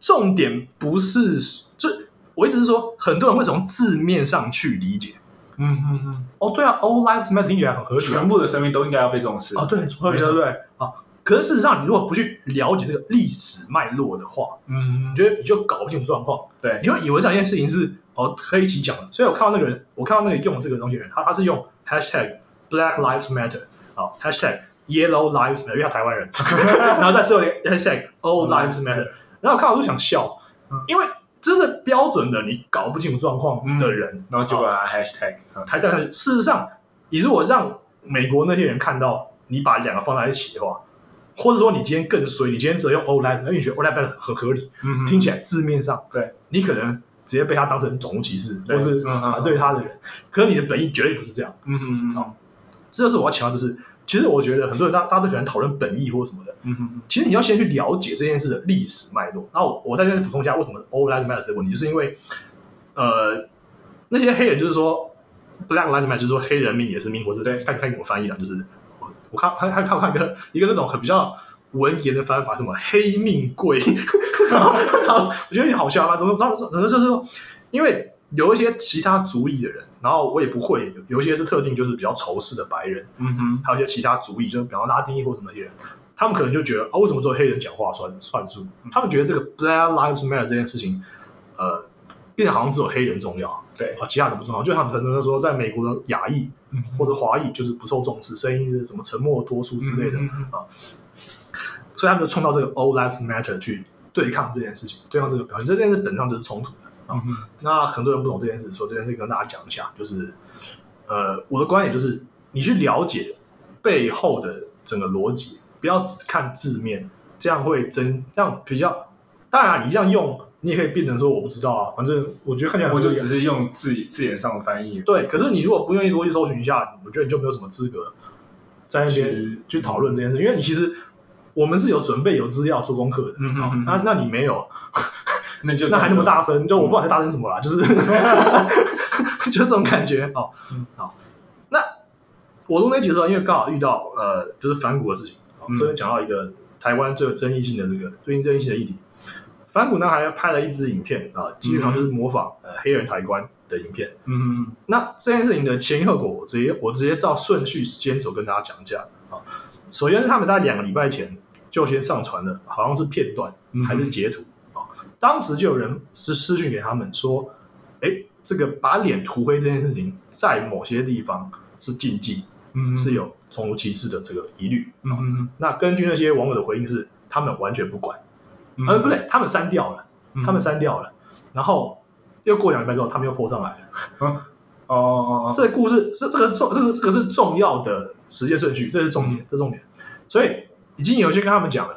重点不是，就我一直是说，很多人会从字面上去理解。
嗯嗯嗯，
哦，对啊，All lives matter 听起来很合理啊
全。部的生命都应该要被重视。
哦，对，很合理，
没错
对不对？啊，可是事实上，你如果不去了解这个历史脉络的话，
嗯
你，觉得你就搞不清楚状况，
对，
你会以为这件事情是哦可以一起讲的。所以我看到那个人，我看到那个用这个东西的人，他他是用 hashtag Black Lives Matter，好 hashtag Yellow Lives Matter，因为他台湾人， 然后再最后一个 hashtag All Lives Matter，然后我看我就想笑
嗯，
因为这是标准的你搞不清楚状况的人，
然后就
哦
把它 hashtag 上。
台但是事实上，你如果让美国那些人看到你把两个放在一起的话，或者说你今天更衰，你今天只用 All Lives，Matter，因为你觉得 All Lives Matter 很合理，
嗯
听起来字面上，
对
你可能直接被他当成种族歧视
对
或是
嗯嗯嗯
反对哦他的人，可是你的本意绝对不是这样。
嗯嗯
这就是我要强调，就是其实我觉得很多人大大家都喜欢讨论本意或什么的，
嗯
其实你要先去了解这件事的历史脉络。那我我在这边补充一下，为什么 All Lives Matter 这个问题，就是因为呃那些黑人就是说 Black Lives Matter 就是说黑人命也是命，或是
对
看看我翻译了，就是我我看还还看看一个一个那种很比较文言的翻法，什么黑命贵， 然后然后我觉得你好笑啊，怎么怎么怎么就是说，因为有一些其他族裔的人，然后我也不会有有一些是特定就是比较仇视的白人，
嗯哼，
还有一些其他族裔，就是比方拉丁裔或什么那些人，他们可能就觉得啊，为什么只有黑人讲话算算数？他们觉得这个 Black Lives Matter 这件事情，呃，变得好像只有黑人重要，
对
啊，其他人不重要。就他们很多人说，在美国的亚裔
嗯
或者华裔就是不受重视，声音是什么沉默多数之
嗯
类的，所以他们就创造这个 All Lives Matter 去对抗这件事情，对抗这个表现。这件事本质上就是冲突的。
嗯
那很多人不懂这件事，所以这件事跟大家讲一下，就是呃，我的观点就是，你去了解背后的整个逻辑，不要只看字面，这样会增让比较。当然，你这样用你也可以辩证说我不知道啊，反正我觉得看起来很
我就
无
只
聊
是用字字眼上的翻译。
对。可是你如果不愿意多去搜寻一下，我觉得你就没有什么资格在那边
去
去讨论这件事，因为你其实我们是有准备、有资料、做功课的。
嗯哼哼
那那你没有，
那就嗯
那还那么大声，就我不知道你在大声什么啦，就是 就这种感觉哦
嗯。
好，那我中间结束了，因为刚好遇到呃，就是反骨的事情，哦
嗯
这边讲到一个台湾最有争议性的这个最近争议性的议题，反骨呢还拍了一支影片啊，基本上就是模仿、呃黑人抬棺的影片。
嗯哼
那这件事情的前因后果，我直接我直接照顺序时间轴跟大家讲一下啊。首先是他们大概两个礼拜前就先上传了，好像是片段
嗯哼
还是截图啊。当时就有人私私讯给他们说，哎，这个把脸涂黑这件事情，在某些地方是禁忌，
嗯哼
是有种族歧视的这个疑虑。
嗯哼
那根据那些网友的回应是，他们完全不管，
嗯
呃，不对，他们删掉了，
嗯
他们删掉了，然后又过两个礼拜之后，他们又 po 上来了。
哦哦哦
这个故事是这个重这个这个是重要的时间顺序，这是
嗯
重点，这是重点。所以已经有些跟他们讲了，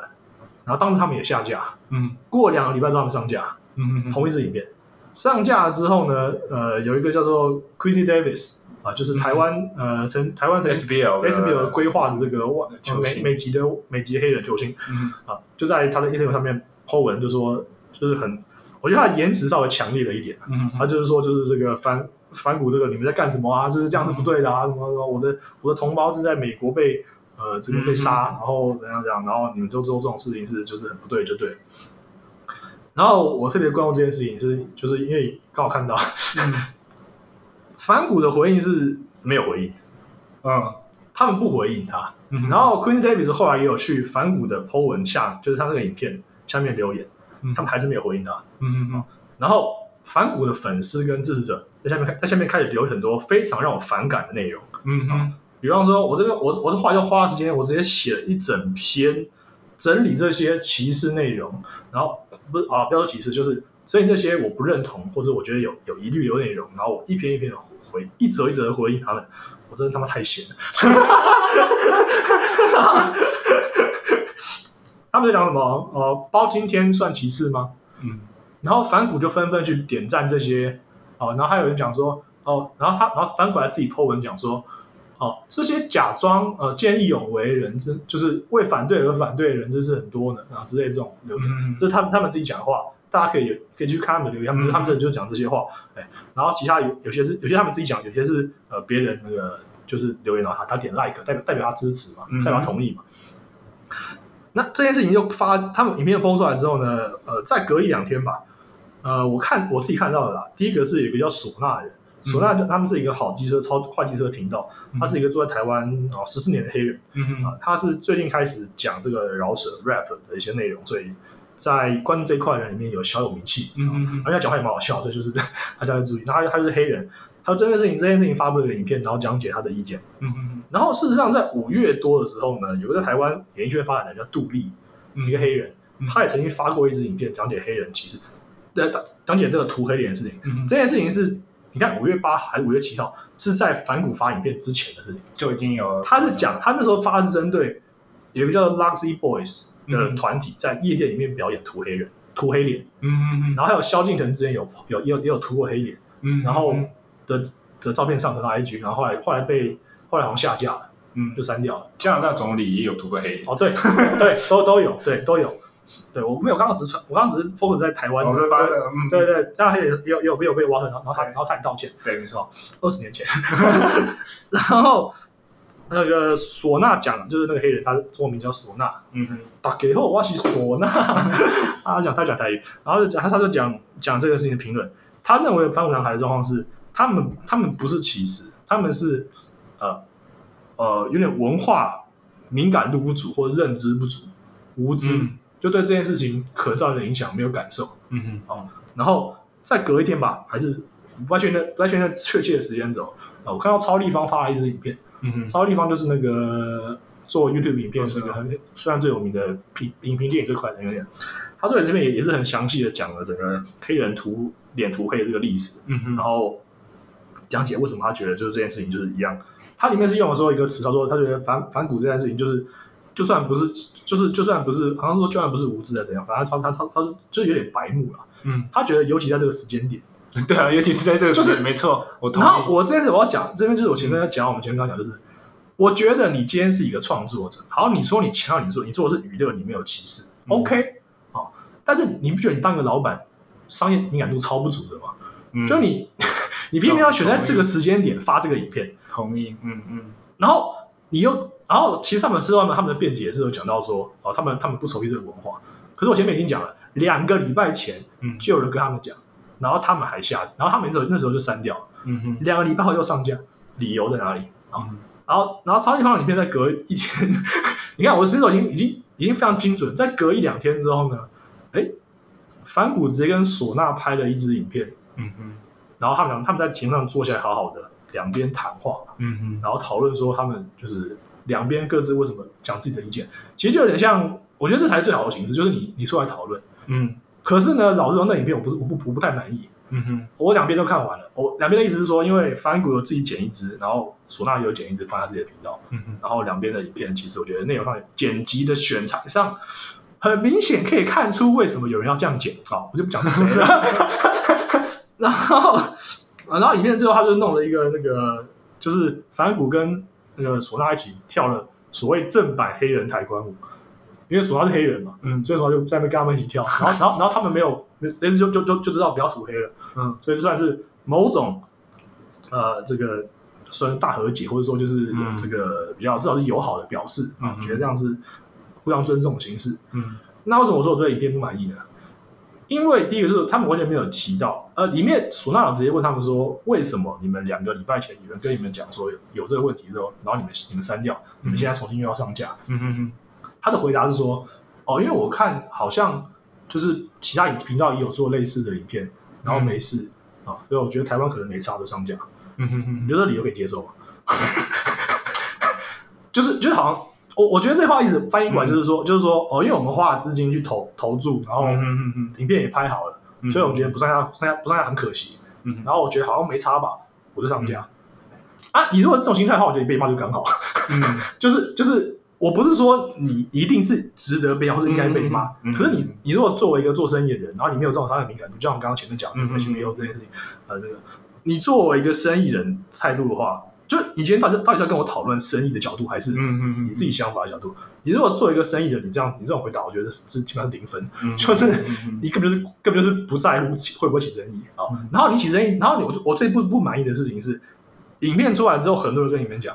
然后当时他们也下架，
嗯
过两个礼拜之后他们上架
嗯嗯
同一支影片。上架了之后呢，呃，有一个叫做 Quincy Davis 啊，
嗯
就是台湾、呃曾台湾曾
SBL 的
SBL 规划的这个外呃
球
美
星
美籍的美籍黑人球星
嗯
啊，就在他的 Instagram 上面 po 文，就说就是很，我觉得他的颜值稍微强烈了一点。
嗯
他就是说，就是这个反反骨这个你们在干什么啊？就是这样是不对的啊！什么什么，我的我的同胞是在美国被呃这个被杀，然后怎样怎样，然后你们就做这种事情是就是很不对，就对了。然后我特别关注这件事情是，就是因为刚好看到
嗯
反骨的回应是没有回应，
嗯
他们不回应他。
嗯，
然后 Queen Davis 后来也有去反骨的 po 文下，就是他那个影片下面留言，
嗯
他们还是没有回应他。
嗯嗯
然后反骨的粉丝跟支持者在下面开在下面开始留很多非常让我反感的内容，
嗯嗯
比方说，我这边我我这话就花了时间，我直接写了一整篇整理这些歧视内容，然后不是啊，不要说歧视，就是整理这些我不认同或者我觉得有有疑虑的内容，然后我一篇一篇的回一则一则的回应他们，我真的他妈太闲了。 他们在讲什么？呃，包青天算歧视吗？
嗯
然后反骨就纷纷去点赞这些，哦，然后还有人讲说，哦，然后他，然后反骨还自己 po 文讲说，哦，这些假装呃见义勇为人，真就是为反对而反对的人，真是很多呢，然后之类这种留言，
嗯，
这是他们他们自己讲的话，大家可以有可以去看他们的留言，他们就
嗯
他们真的就讲这些话，哎，然后其他有有些是有些他们自己讲，有些是呃别人那个就是留言然后他他点 like 代表代表他支持嘛，
嗯
代表他同意嘛。那这件事情就发，他们影片播出来之后呢，呃，再隔一两天吧，呃，我看我自己看到的啦。第一个是有一个叫唢呐的人，
嗯
唢呐就他们是一个好机车超坏机车的频道，他是一个住在台湾哦十四年的黑人，
嗯
啊，他是最近开始讲这个饶舌 rap 的一些内容，所以在关注这一块的人里面有小有名气。
嗯
嗯，
嗯
而且他讲话也蛮好笑，所以就是 大家要注意。然后他他就是黑人，他针对事情这件事情发布了一个影片，然后讲解他的意见。
嗯
然后事实上，在五月多的时候呢，有个在台湾演艺圈发展的人叫杜丽，
嗯
一个黑人
嗯，
他也曾经发过一支影片讲解黑人歧视，呃，讲解这个涂黑脸的事情。
嗯，
这件事情是，你看五月八还是五月七号，是在反骨发影片之前的事情。
就已经有
他是讲他那时候发的是针对有一个叫 Luxy Boys
嗯
的团体在夜店里面表演涂黑人、涂黑脸，
嗯嗯
然后还有萧敬腾之前有有也有也有涂过黑脸
嗯，
然后的的照片上传到 IG，然后后来后来被后来好像下架了，
嗯
就，删掉了。
加拿大总理也有涂过黑，
哦，对 对，都都有，对都有，对我没有刚刚只传，我刚刚只是 focus 在台湾的，
我是发的，嗯
对对对，但他也也有也有也有被挖出来，然后然后他
对
然后他也道歉。
对，没错，
二十年前， 然后那个唢呐讲就是那个黑人，他中文名叫唢呐，
嗯
打给后我是唢呐， 他讲他讲台语，然后就讲他他就讲讲这个事情的评论，他认为反骨男孩的状况是他们他们不是歧视，他们是呃呃有点文化敏感度不足或认知不足，无知、
嗯
就对这件事情可造成的影响没有感受，
嗯
然后再隔一天吧，还是不太确定，不太确定确切的时间轴。啊，我看到超立方发了一支影片，
嗯
超立方就是那个做 YouTube 影片
就是
那个很虽然最有名的评影评电影最快的那个人，他对这边也也是很详细的讲了整个黑人涂脸涂黑的这个历史，
嗯
然后讲解为什么他觉得就是这件事情就是一样。它里面是用了说一个词，他说他觉得反反骨这件事情就是，就算不是就是就算不是，好像说就算不是无知的怎样，反正他他他他就是有点白目了。
嗯嗯，
他觉得尤其在这个时间点。
对啊，尤其是在这个，
就是
没错，我同
然后
意。
我这次我要讲，这边就是我前面要讲，我们前面刚讲就是，我觉得你今天是一个创作者，好，你说你强调你做你做的是娱乐，你没有歧视、
嗯
o k 好、但是你你不觉得你当个老板，商业敏感度超不足的吗？
嗯
就你 你偏偏要选在这个时间点发这个影片，
同意，嗯嗯，
然后你又，然后其实他们事后呢，他们的辩解是有讲到说，哦，他们他们不熟悉这个文化。可是我前面已经讲了，两个礼拜前
嗯
就有人跟他们讲，然后他们还下，然后他们那时候那时候就删掉了，
嗯哼，
两个礼拜后又上架，理由在哪里？
嗯
然后然后超级方影片再隔一天， 你看我新手已经已经已经非常精准，再隔一两天之后呢，哎，反骨直接跟唢呐拍了一支影片，
嗯哼，
然后他们俩他们在节目上坐下来好好的，两边谈话，
嗯哼，
然后讨论说他们就是两边各自为什么讲自己的意见，其实就有点像，我觉得这才是最好的形式，就是你你出来讨论。
嗯
可是呢，老实说，那影片我不是我不我不太满意，
嗯哼，
我两边都看完了。我两边的意思是说，因为反骨有自己剪一支，然后唢呐也有剪一支放在自己的频道，
嗯哼，
然后两边的影片其实我觉得内容上剪辑的选材上，很明显可以看出为什么有人要这样剪啊、我就不讲是谁了。 然后，啊然后影片最后他就弄了一个那个，就是反骨跟那个唢呐一起跳了所谓正版黑人抬棺舞，因为唢呐是黑人嘛，
嗯
所以说就在那边跟他们一起跳。然后，然后，然后他们没有，那次就就就就知道不要涂黑了。
嗯
所以这算是某种呃这个算是大和解，或者说就是
嗯
这个比较至少是友好的表示啊
嗯，
觉得这样是互相尊重的形式。
嗯
那为什么我说我对影片不满意呢？因为第一个就是他们完全没有提到，呃，里面唢呐有直接问他们说，为什么你们两个礼拜前有人跟你们讲说有有这个问题之后，然后你们你们删掉，你们现在重新又要上架，
嗯哼，
他的回答是说，哦，因为我看好像就是其他影频道也有做类似的影片，然后没事、啊，所以我觉得台湾可能没差就上架。
嗯哼
你
哼，
觉得这理由可以接受吗？ 就是就是好像我我觉得这话意思翻译过来就是说，就是说哦，因为我们花了资金去投投注，然后
嗯哼嗯
影片也拍好了，
哼
所以我觉得不上架不上架不上架很可惜。
嗯
然后我觉得好像没差吧，我就上架。啊，你如果这种心态的话，我觉得你被骂就刚好。
嗯，
就是就是，我不是说你一定是值得被骂或者应该被骂，
嗯嗯嗯
可是你你如果作为一个做生意的人，然后你没有这种商业敏感度，就像我刚刚前面讲的
嗯嗯嗯
HBO 这件事情，呃，这个你作为一个生意人态度的话，就你今天到底到底是要跟我讨论生意的角度，还是
嗯哼，
你自己想法的角度？你如果作为一个生意人，你这样你这种回答，我觉得是基本上零分。你根本就是根本就是不在乎起会不会起争议啊、
嗯
然后你起争议，然后你我我最不不满意的事情是，影片出来之后，很多人跟你们讲，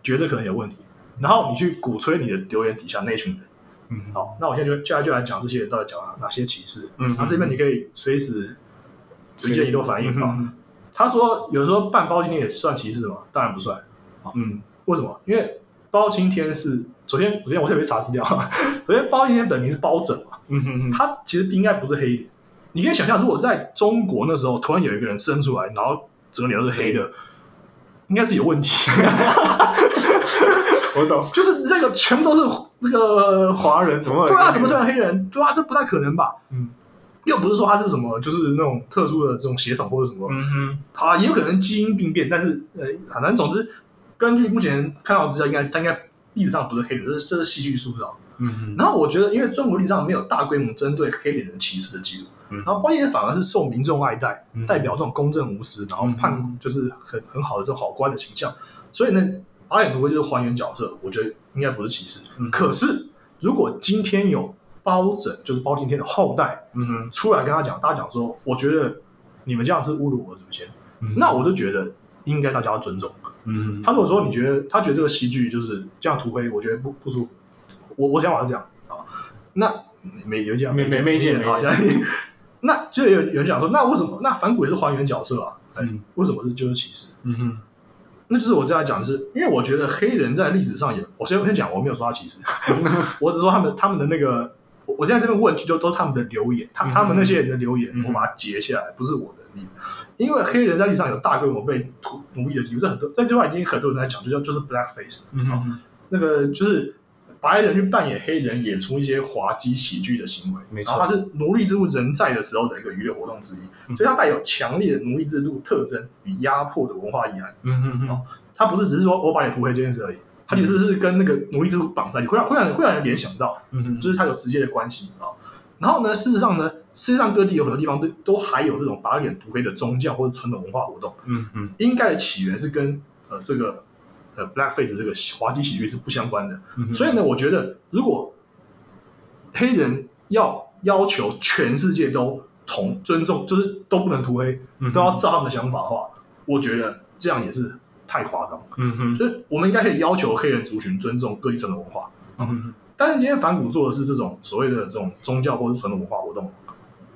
觉得可能有问题，然后你去鼓吹你的留言底下那群人。
嗯，
好，那我现在就接下来就来讲这些人到底讲了哪些歧视。
嗯
那这边你可以随时随
随
建
时
议都反映
嗯
啊、他说有人说办包青天也算歧视吗？当然不算。
嗯
为什么？因为包青天是昨天昨天我特别查资料， 昨天包青天本名是包拯嘛。
嗯哼哼，
他其实应该不是黑脸。你可以想象，如果在中国那时候突然有一个人生出来，然后整个脸都是黑的，应该是有问题。
我懂，
就是这个全部都是那个
华人怎么
对啊，怎么突然黑人？对啊，这不太可能吧？
嗯
又不是说他是什么，就是那种特殊的这种血统或者什么，
嗯哼，
好啊，也有可能基因病变，但是呃，反正总之，根据目前看到的资料，应该是他应该历史上不是黑人，这是这是戏剧塑造。
嗯
然后我觉得，因为中国历史上没有大规模针对黑脸人歧视的记录，
嗯
然后包青天反而是受民众爱戴，
嗯
代表这种公正无私，然后判
嗯
就是很很好的这种好官的形象。所以呢，导演不会就是还原角色，我觉得应该不是歧视。
嗯
可是如果今天有包拯，就是包青天的后代
嗯哼，
出来跟他讲，大家讲说，我觉得你们这样是侮辱我的祖先，
嗯
那我就觉得应该大家要尊重。
嗯
他如果说你觉得他觉得这个戏剧就是这样涂黑，我觉得不不舒服，我我想法是这样啊。那嗯没有讲
没没没见
啊，
没
讲 那就有有人讲说，那为什么那反骨也是还原角色啊？哎
嗯
为什么是就是歧视？
嗯哼，
那就是我这样讲，就是因为我觉得黑人在历史上也，我先我先讲，我没有说他歧视， 我只说他们他们的那个，我我现在这边问题就都是他们的留言，他
嗯
他们那些人的留言，
嗯
我把它截下来，不是我的例子，因为黑人在历史上有大规模被屠奴役的记录，这很多在这句话已经很多人在讲，就叫就是 blackface，
嗯哼，
那个就是白人去扮演黑人，演出一些滑稽喜剧的行为，
没错
然后它是奴隶制度仍在的时候的一个娱乐活动之一，
嗯
所以它带有强烈的奴隶制度特征与压迫的文化意涵。
嗯哼哼，
它不是只是说我把你涂黑这件事而已，它其实是跟那个奴隶制度绑在一起，会让会让人会让人联想到，
嗯哼，
就是它有直接的关系啊。然后呢，事实上呢，世界上各地有很多地方都都还有这种把脸涂黑的宗教或者传统文化活动，
嗯嗯
应该的起源是跟呃这个呃 blackface 这个滑稽喜剧是不相关的。
嗯，
所以呢，我觉得如果黑人要要求全世界都同尊重，就是都不能涂黑，
以
都要照他们的想法的话，我觉得这样也是太夸张。
嗯哼
就是我们应该可以要求黑人族群尊重各地传统文化，
嗯哼
但是今天反骨做的是这种所谓的这种宗教或者传统文化活动，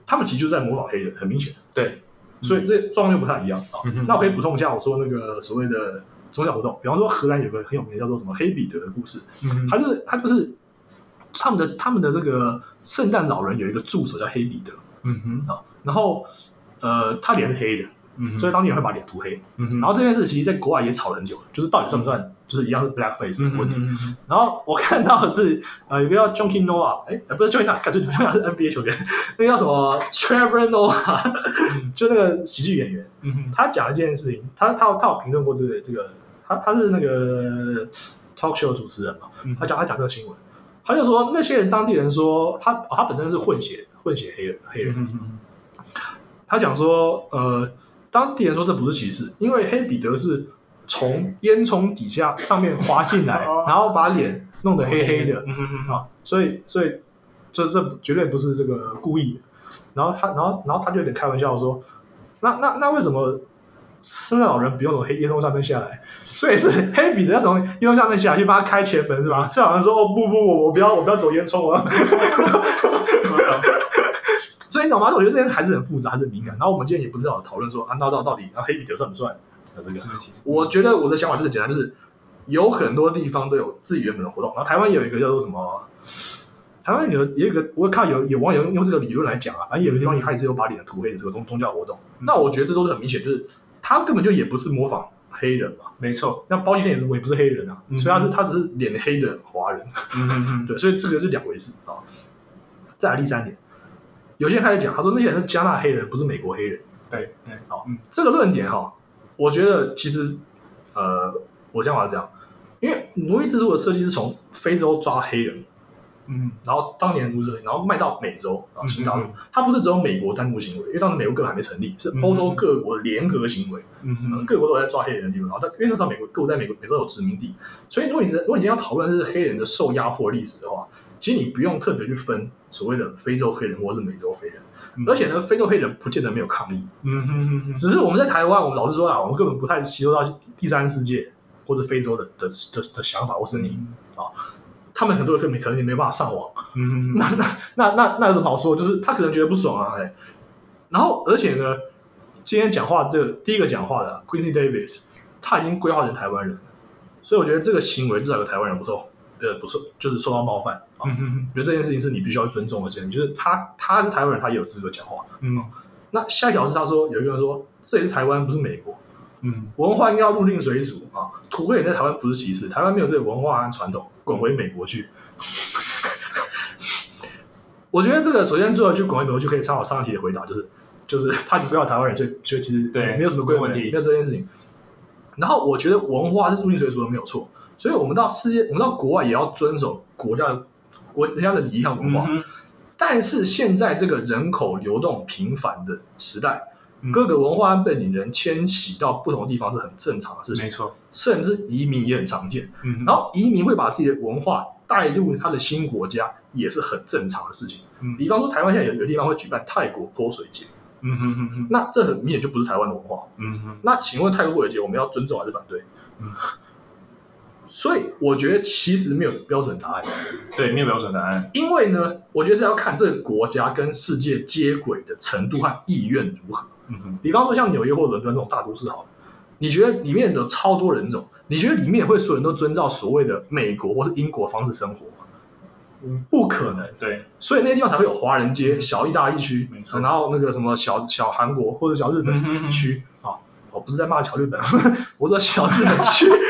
他们其实就在模仿黑人，很明显，
对，
所以这状况就不太一样啊。
嗯哼
那我可以补充一下，我说那个所谓的宗教活动，比方说荷兰有个很有名的叫做什么黑彼得的故事，
嗯
他
哼
就是他就是他们的他们的这个圣诞老人有一个助手叫黑彼得，
嗯哼
然后呃他脸是黑的，
嗯哼，
哦所以当地人会把脸涂黑。
嗯哼
然后这件事其实在国外也吵了很久，就是到底算不算就是一样是 blackface 的
嗯哼
问题。
嗯哼
然后我看到的是呃有个叫 Junkie Noah，哎、呃不是 Junkie Noah，感觉 Junkie Noah 是 NBA 球员， 那个叫什么 Trevor Noah，就 那个喜剧演员。
嗯哼
他讲一件事情，他他有他有评论过这个这个，他他是那个 talk show 主持人嘛
嗯，
他讲他讲这个新闻，他就说那些人当地人说他、哦他本身是混血混血黑人黑
嗯
人，
哼嗯哼
他讲说呃当地人说这不是歧视，因为黑彼得是从烟囱底下上面滑进来
哦，
然后把脸弄得黑黑的，
嗯哼嗯哼
啊，所以所以这这绝对不是这个故意的。然后他，然后然后他就有点开玩笑说，那那那为什么圣诞老人不用从黑烟囱上面下来？所以是黑彼得要从烟囱下面下来去帮他开前门是吧？这好像说哦不不我我不要我不要走烟囱我要。 所以你懂吗？我觉得这件事还是很复杂，还是很敏感。然后我们今天也不知道讨论说啊，那到到底啊黑彼得算不算？啊这个
是不是？
我觉得我的想法就是很简单，就是有很多地方都有自己原本的活动，然后台湾有一个叫做什么？台湾有也有一个，我看有有网友用这个理论来讲啊，反正有的地方也开始有把脸涂黑的这个宗宗教活动。
嗯
那我觉得这都是很明显，就是他根本就也不是模仿黑人嘛，
没错，
那包青天也不也不是黑人啊，
嗯
所以他是他只是脸黑的华人，
嗯哼嗯哼
对，所以这个是两回事啊。再来第三点，有些人开始讲，他说那些人是加拿大黑人，不是美国黑人。
对对，
好
嗯
这个论点哈、我觉得其实呃，我想法是这样，因为奴役制度的设计是从非洲抓黑人，
嗯哼
然后当年奴役制度，然后卖到美洲啊，
嗯
新大陆，它不是只有美国单独行为，因为当时美国根本还没成立，是欧洲各国联合行为，
嗯哼
各国都有在抓黑人的地方，然后在因为那时候美国各国在美国美洲有殖民地，所以如果你是如果你今天要讨论是黑人的受压迫历史的话，其实你不用特别去分所谓的非洲黑人或是美洲黑人，
嗯
而且呢，非洲黑人不见得没有抗议。
嗯哼嗯哼
只是我们在台湾，我们老实说啊，我们根本不太吸收到第三世界或者非洲的的的的想法或声
嗯
音。他们很多人根本可能也没办法上网，
嗯哼
那那那那那有什么好说？就是他可能觉得不爽啊，哎。然后而且呢，今天讲话这个第一个讲话的啊 Quincy Davis，他已经规划成台湾人了，所以我觉得这个行为至少有台湾人不受，呃，不受就是受到冒犯啊。
嗯哼
我觉得这件事情是你必须要尊重的事情，就是他他是台湾人，他也有资格讲话。
嗯
那下一条是他说有一个人说这里是台湾，不是美国。
嗯
文化应该要入定水煮啊！土匪在台湾不是歧视，台湾没有这个文化和传统，滚回美国去。 我觉得这个首先最后就滚回美国去可以参考上一题的回答，就是就是他已经归到台湾人，所以所以其实
对
没有什么归
没有问题
没有这件事情。然后我觉得文化是入定水煮的没有错，所以我们到世界，我们到国外也要遵守国家的国人家的礼仪和文化。
嗯哼
但是现在这个人口流动频繁的时代
嗯，
各个文化和背景人迁徙到不同的地方是很正常的事情，
没错，
甚至移民也很常见。
嗯哼
然后移民会把自己的文化带入他的新国家，也是很正常的事情。
嗯
比方说，台湾现在有有的地方会举办泰国泼水节，
嗯哼嗯哼
那这很明显就不是台湾的文化。
嗯哼
那请问泰国泼水节我们要尊重还是反对
嗯？
所以我觉得其实没有标准答案。
对，没有标准答案，
因为呢，我觉得是要看这个国家跟世界接轨的程度和意愿如何。
嗯哼
比方说像纽约或伦敦这种大都市，好了，你觉得里面有超多人种，你觉得里面会所有人都遵照所谓的美国或是英国方式生活吗？
嗯
不可能，
对，
所以那地方才会有华人街、
嗯
小意大利区
没，错
然后那个什么小小韩国或者小日
嗯
本
哼嗯哼
区啊，我不是在骂小日本， 我说小日本区，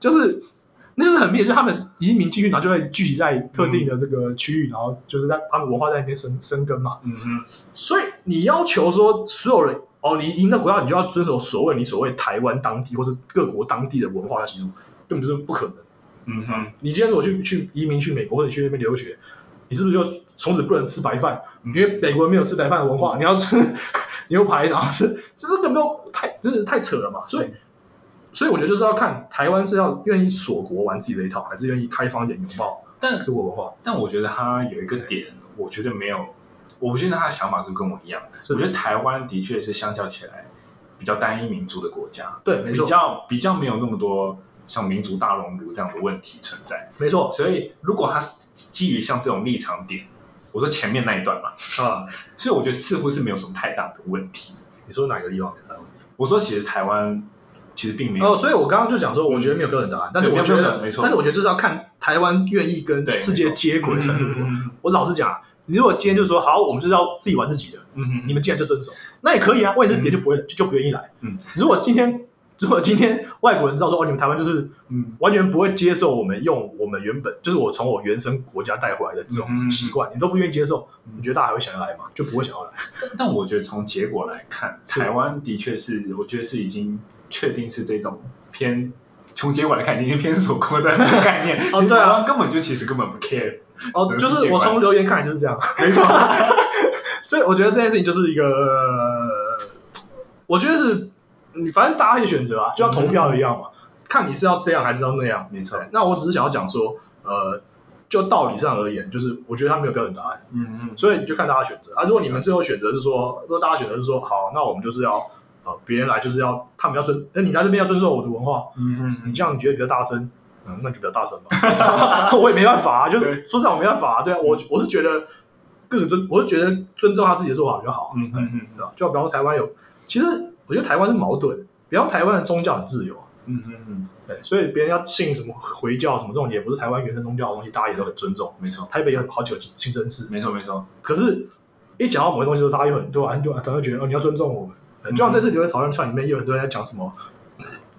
就是那就是很明显，就是他们移民进去，然后就会聚集在特定的这个区域，然后就是在他们文化在那边生生根嘛。
嗯哼
所以你要求说所有人哦，你赢了国家，你就要遵守所谓你所谓台湾当地或是各国当地的文化习俗，根本就是不可能。
嗯哼，
你今天如果去去移民去美国，或者你去那边留学，你是不是就从此不能吃白饭？
嗯
因为美国人没有吃白饭的文化，你要吃 牛排，然后吃，这这个没有太就是太扯了
嗯
嘛。所以，所以我觉得就是要看台湾是要愿意锁国玩自己的一套，还是愿意开放一点拥抱
但
中国文化。
但我觉得他有一个点，我觉得没有，我不确定他的想法是不是跟我一样。
是
我觉得台湾的确是相较起来比较单一民族的国家，
对，没
比
错，
较比较没有那么多像民族大熔炉这样的问题存在。
没错
所以如果他是基于像这种立场点，我说前面那一段嘛，
啊。
所以我觉得似乎是没有什么太大的问题。
你说哪个地方？
我说其实台湾其实并没有，
哦，所以我刚刚就讲说，我觉得没有标准答案，但是
嗯对
我
没有
觉
标准
得
没，错
但是我觉得就是要看台湾愿意跟
对
世界接轨的程度。
嗯
我老实讲啊，你如果今天就说好，我们就是要自己玩自己的，
嗯
你们既然就遵守，那也可以啊。外省别就不会、就就不愿意来。
嗯，
如果今天如果今天外国人知道说哦，你们台湾就是
嗯
完全不会接受我们用我们原本就是我从我原生国家带回来的这种
嗯
习惯，你都不愿意接受，你觉得大家还会想要来吗？就不会想要来。
但但我觉得从结果来看，
是
台湾的确是，我觉得是已经确定是这种偏。从结果来看，已经是偏锁国的概念。
哦
其实
对啊
台湾根本就其实根本不 care。
哦，
这
就
个世
是
界
我
观
从留言看来就是这样， 没错。所以我觉得这件事情就是一个，呃我觉得是，你反正大家可以选择啊，就像投票一样嘛，看你是要这样还是要那样。
嗯没错
对那我只是想要讲说，呃，就道理上而言，就是我觉得他没有标准答案，
嗯嗯，
所以你就看大家选择啊。如果你们最后选择是说，如果大家选择是说，好，那我们就是要呃，别人来就是要他们要遵，那、你来这边要遵守我的文化，
嗯
你这样你觉得比较大声，嗯，那你就比较大声吧。我也没办法、啊，就
对
说实在我没办法、啊。对啊，我我是觉得各种尊，我是觉得尊重他自己的做法比较好。啊
嗯嗯嗯
对吧？就比方说台湾有，其实我觉得台湾是矛盾，比方台湾的宗教很自由，啊
嗯嗯嗯，
对，所以别人要信什么回教什么这种，也不是台湾原生宗教的东西，大家也都很尊重。
没错
台北有好几个清真寺，
没错没错。
可是，一讲到某些东西的时候，大家又很多很多，大家觉得哦，你要尊重我们。呃就像这次留言讨论串里面，也有很多人在讲什么。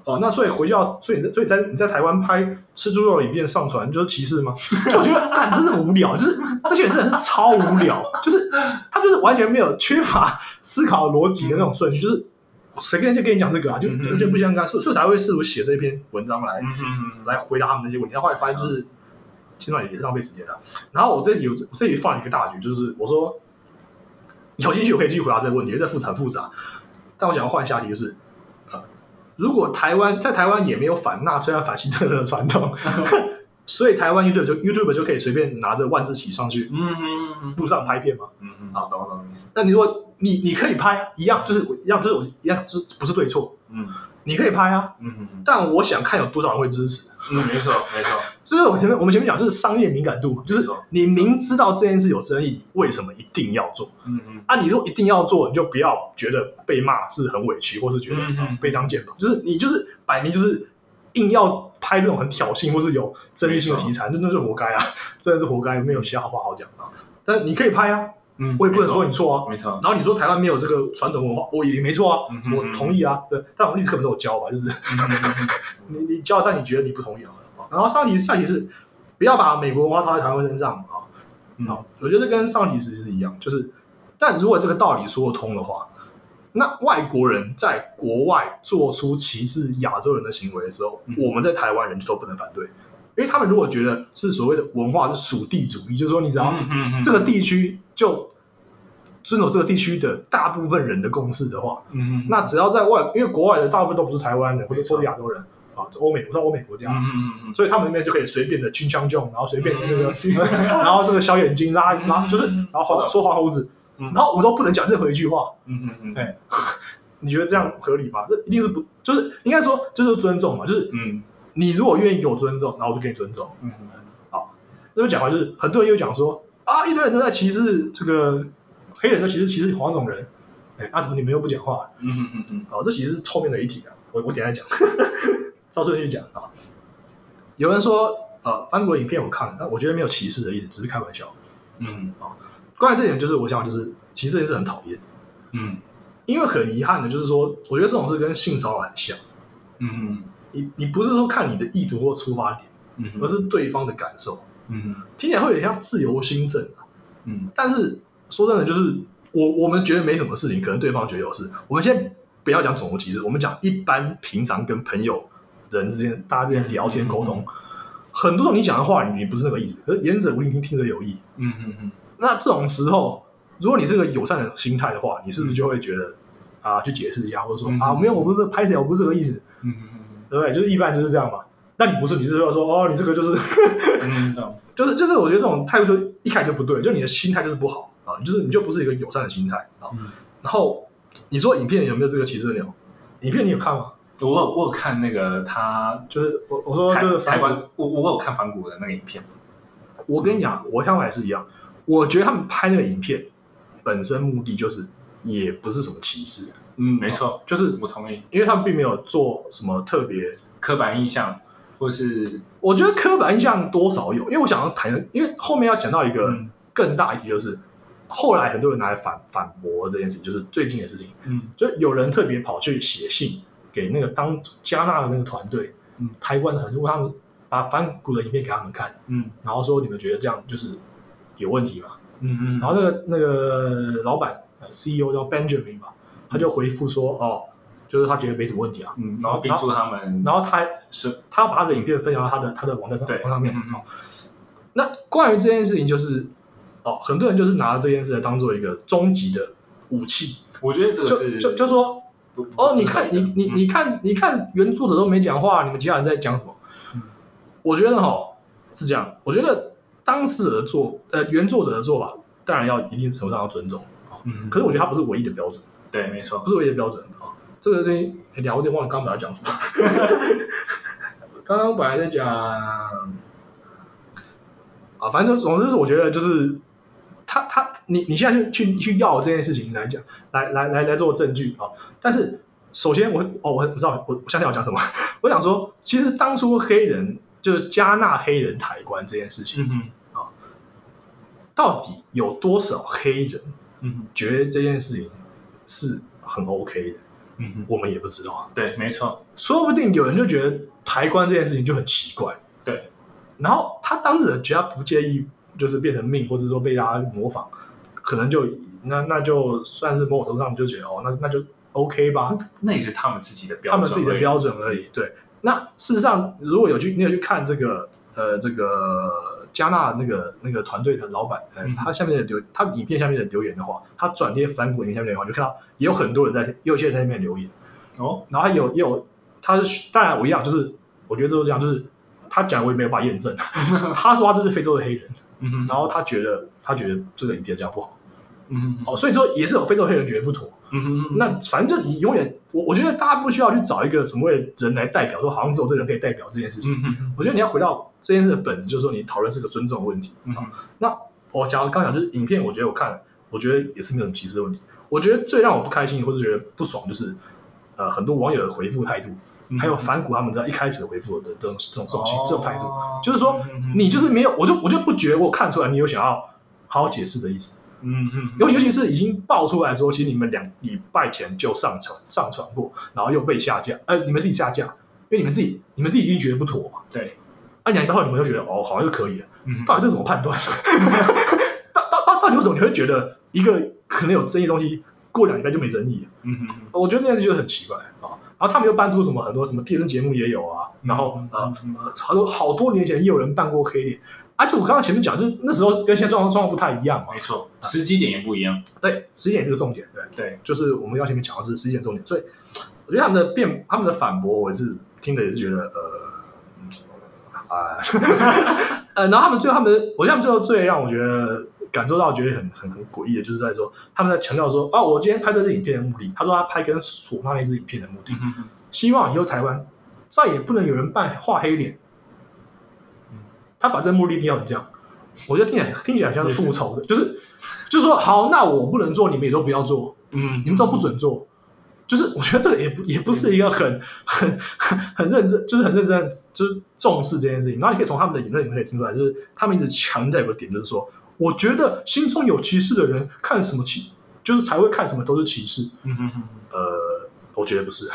哦，那所以回教，所以你所以在你在台湾拍吃猪肉的影片上传就是歧视吗？ 就我觉得，干，真是无聊，就是这些人真的是超无聊，就是他就是完全没有缺乏思考逻辑的那种顺序，就是谁跟谁跟你讲这个啊，就
嗯嗯
完全不相干，所以所以我才会试图写这篇文章来
嗯嗯
来回答他们那些问题。但后来发现就是，现在也浪费时间了。然后我这里有我这里放了一个大局，就是我说有兴趣我可以继续回答这个问题，因为这复杂很复杂。但我想要换下题，就是呃，如果台湾在台湾也没有反纳粹和反希特勒的传统，所以台湾 YouTube 就 YouTube 就可以随便拿着万字旗上去
嗯嗯
路上拍片吗？
嗯嗯，好，懂懂意思。
那你如果你你可以拍啊，一样就是我一样就是我一样就是不是对错，
嗯
你可以拍啊，
嗯嗯
但我想看有多少人会支持。
嗯，没错没错。
就是我前面我们前面讲，就是商业敏感度嘛，就是你明知道这件事有争议，你为什么一定要做
嗯嗯
啊？你如果一定要做，你就不要觉得被骂是很委屈，或是觉得
嗯嗯
被当箭靶，就是你就是摆明就是硬要拍这种很挑衅或是有争议性的题材，那那就活该啊， 真的是活该，没有其他话好讲啊。但你可以拍啊，
嗯，
我也不能说你错啊。
没错。
然后你说台湾没有这个传统文化，我也没错啊
嗯，嗯嗯
我同意啊。对，但我们历史课本都有教吧，就是
嗯
你你教，但你觉得你不同意啊。然后上题下题是不要把美国文化套在台湾身上啊。
嗯
好，我觉得这跟上题其实是一样，就是但如果这个道理说得通的话，那外国人在国外做出歧视亚洲人的行为的时候，
嗯
我们在台湾人就都不能反对，因为他们如果觉得是所谓的文化是属地主义，就是说你只要
嗯嗯嗯，
这个地区就遵守这个地区的大部分人的共识的话，
嗯嗯
那只要在外，因为国外的大部分都不是台湾人或者
没错
或者亚洲人啊，欧美，我说欧美国家，
嗯嗯嗯，
所以他们那边就可以随便的清枪用，然后随 便 的那个，
嗯
然后这个小眼睛拉拉，
嗯
就是然后黄说黄胡子，
嗯
然后我们都不能讲任何一句话，
嗯嗯
你觉得这样合理吗？这一定是不，就是应该说这就是尊重嘛，就是
嗯
你如果愿意给我尊重，那我就给你尊重。
嗯，
那么讲完就是很多人又讲说啊，一堆人都在歧视这个黑人，都歧视歧视黄种人，哎，啊怎么你们又不讲话？
嗯嗯嗯，
好，这其实是后面的一题啊，我我等一下讲， 照顺序讲啊。有人说，呃，安国影片我看了，但我觉得没有歧视的意思，只是开玩笑。
嗯
关于这点，就是我想法就是歧视这件事很讨厌，
嗯
因为很遗憾的就是说，我觉得这种事跟性骚扰很像，
嗯
你你不是说看你的意图或出发点，
嗯
而是对方的感受，
嗯
听起来会有点像自由心证啊。
嗯
但是说真的，就是我我们觉得没什么事情，可能对方觉得有事。我们先不要讲种
嗯
族歧视，我们讲一般平常跟朋友人之间大家之间聊天沟通，很多种你讲的话语你不是那个意思，可是言者无心，听者有意。
嗯嗯嗯，
那这种时候，如果你是个友善的心态的话，你是不是就会觉得、啊，去解释一下，或者说、
嗯
啊，没有，我不是拍谁，我不是这个意思，
嗯嗯
对不对？就是一般就是这样嘛。那你不是，你是要说哦，你这个就是
嗯嗯嗯，
就是就是，我觉得这种态度就一开始就不对，就你的心态就是不好啊，就是你就不是一个友善的心态啊。
嗯
然后你说影片有没有这个歧视的牛？影片你有看吗？
我有我有看那个他
就是我我说
台
就是
台
反
湾，我我有看反骨的那个影片，
我跟你讲，我想法也是一样。我觉得他们拍那个影片本身目的就是也不是什么歧视，
嗯，没错，
就是
我同意，
因为他们并没有做什么特别。
刻板印象或是
我觉得刻板印象多少有，因为我想要谈，因为后面要讲到一个
嗯
更大议题，就是、后来很多人拿来反反驳这件事情，就是最近的事情，
嗯
就有人特别跑去写信给那个当加纳的那个团队，
嗯
台湾的很多他们把反骨的影片给他们看，
嗯
然后说你们觉得这样就是有问题吗？
嗯嗯，
然后那个那个老板呃 CEO 叫 Benjamin 吧，他就回复
嗯
说，哦，就是他觉得没什么问题啊。
嗯，然后并祝他们
然后他
是
他要把他的影片分享到他的他的网站上
对
网上面。
嗯嗯
哦那关于这件事情，就是哦，很多人就是拿这件事来当做一个终极的武器，
我觉得这个
就是就就说
不不
哦，你
不
看你
对的嗯
你你看你看原作者都没讲话，你们其他人在讲什么
嗯？
我觉得哈是这样，我觉得当事者的做呃原作者的做法，当然要一定程度上要尊重。
嗯，嗯
可是我觉得它不是唯一的标准，
对，没错
不，是唯一的标准啊。这个东西，哎呀，我有点忘了刚刚本来讲什么。 刚刚本来在讲啊，反正总之是我觉得就是他他你你现在去去去要这件事情来讲，来来来来做证据啊。但是首先我哦我我知道我我想想我讲什么，我想说其实当初黑人就是加纳黑人抬棺这件事情，
嗯哼
到底有多少黑人
嗯
觉得这件事情是很 OK 的，
哼嗯哼，
我们也不知道，啊
对，没错，
说不定有人就觉得抬棺这件事情就很奇怪，
对，
然后他当事人觉得他不介意，就是变成命，或者说被大家模仿，可能就那那就算是某种程度上就觉得哦，那那就 OK 吧，
那也是他们自己的标
他
准，
们自己的标准而已。对，那事实上如果有去你有去看这个呃这个加纳那个那个团队的老板，呃
嗯，
他下面的留他影片下面的留言的话，他转贴反骨影片下面的话，你就看到也有很多人在，也有些人在那边留言。
哦，
然后还有也有，他是当然我一样，就是我觉得就是这样，就是他讲我也没有办法验证，啊 他说他就是非洲的黑人，
嗯哼，
然后他觉得他觉得这个影片这样不好，
嗯哼
哦，所以说也是有非洲黑人觉得不妥。
嗯哼，
那反正就你永远，我我觉得大家不需要去找一个什么位人来代表，说好像只有这个人可以代表这件事情。
嗯哼
我觉得你要回到这件事的本质，就是说你讨论是个尊重的问题。
嗯
啊
哼，
那我讲刚讲就是影片，我觉得我看了，我觉得也是没有什么歧视的问题。我觉得最让我不开心或者觉得不爽，就是呃很多网友的回复态度，
嗯
还有反骨他们在一开始回复的这种这种这种情这种态度，
哦
就是说
嗯哼
你就是没有，我就我就不觉得我看出来你有想要好好解释的意思。
嗯嗯
尤尤其是已经爆出来说，其实你们两礼拜前就上传上传过，然后又被下架，呃，你们自己下架，因为你们自己你们自己已经觉得不妥嘛，
对，
那两礼拜后你们就觉得哦，好像就可以了，
嗯哼
到底这怎么判断？ 到到到到底为什么你会觉得一个可能有争议的东西，过两礼拜就没争议了？
嗯哼
我觉得这件事就是很奇怪啊。然后他们又搬出什么很多什么电视节目也有啊，然后
嗯
呃
嗯
呃好多好多年前也有人办过黑脸，而且我刚刚前面讲就是那时候跟现在状况状况不太一样嘛
没，错，时机点也不一样，
对，时间也是个重点，对，
对，
就是我们要前面讲到是时间重点，所以我觉得他们的辩他们的反驳，我也是听的也是觉得呃。嗯 啊，呃，然后他们最后他们的，我觉得他们最后最让我觉得感受到觉得很很很诡异的，就是在说他们在强调说，哦，我今天拍这支影片的目的，他说他拍跟唢呐那支影片的目的
嗯，哼
希望以后台湾再也不能有人扮画黑脸。他把这目的定要成这样，我觉得听起来听起来像是复仇的，就是就是说好，那我不能做，你们也都不要做，
嗯，
你们都不准做。就是我觉得这个也不也不是一个很很很很认真，就是很认真，就是重视这件事情。然后你可以从他们的言论里面可以听出来，就是他们一直强调一个点，就是说，我觉得心中有歧视的人看什么歧，就是才会看什么都是歧视。
嗯哼嗯
呃，我觉得不是，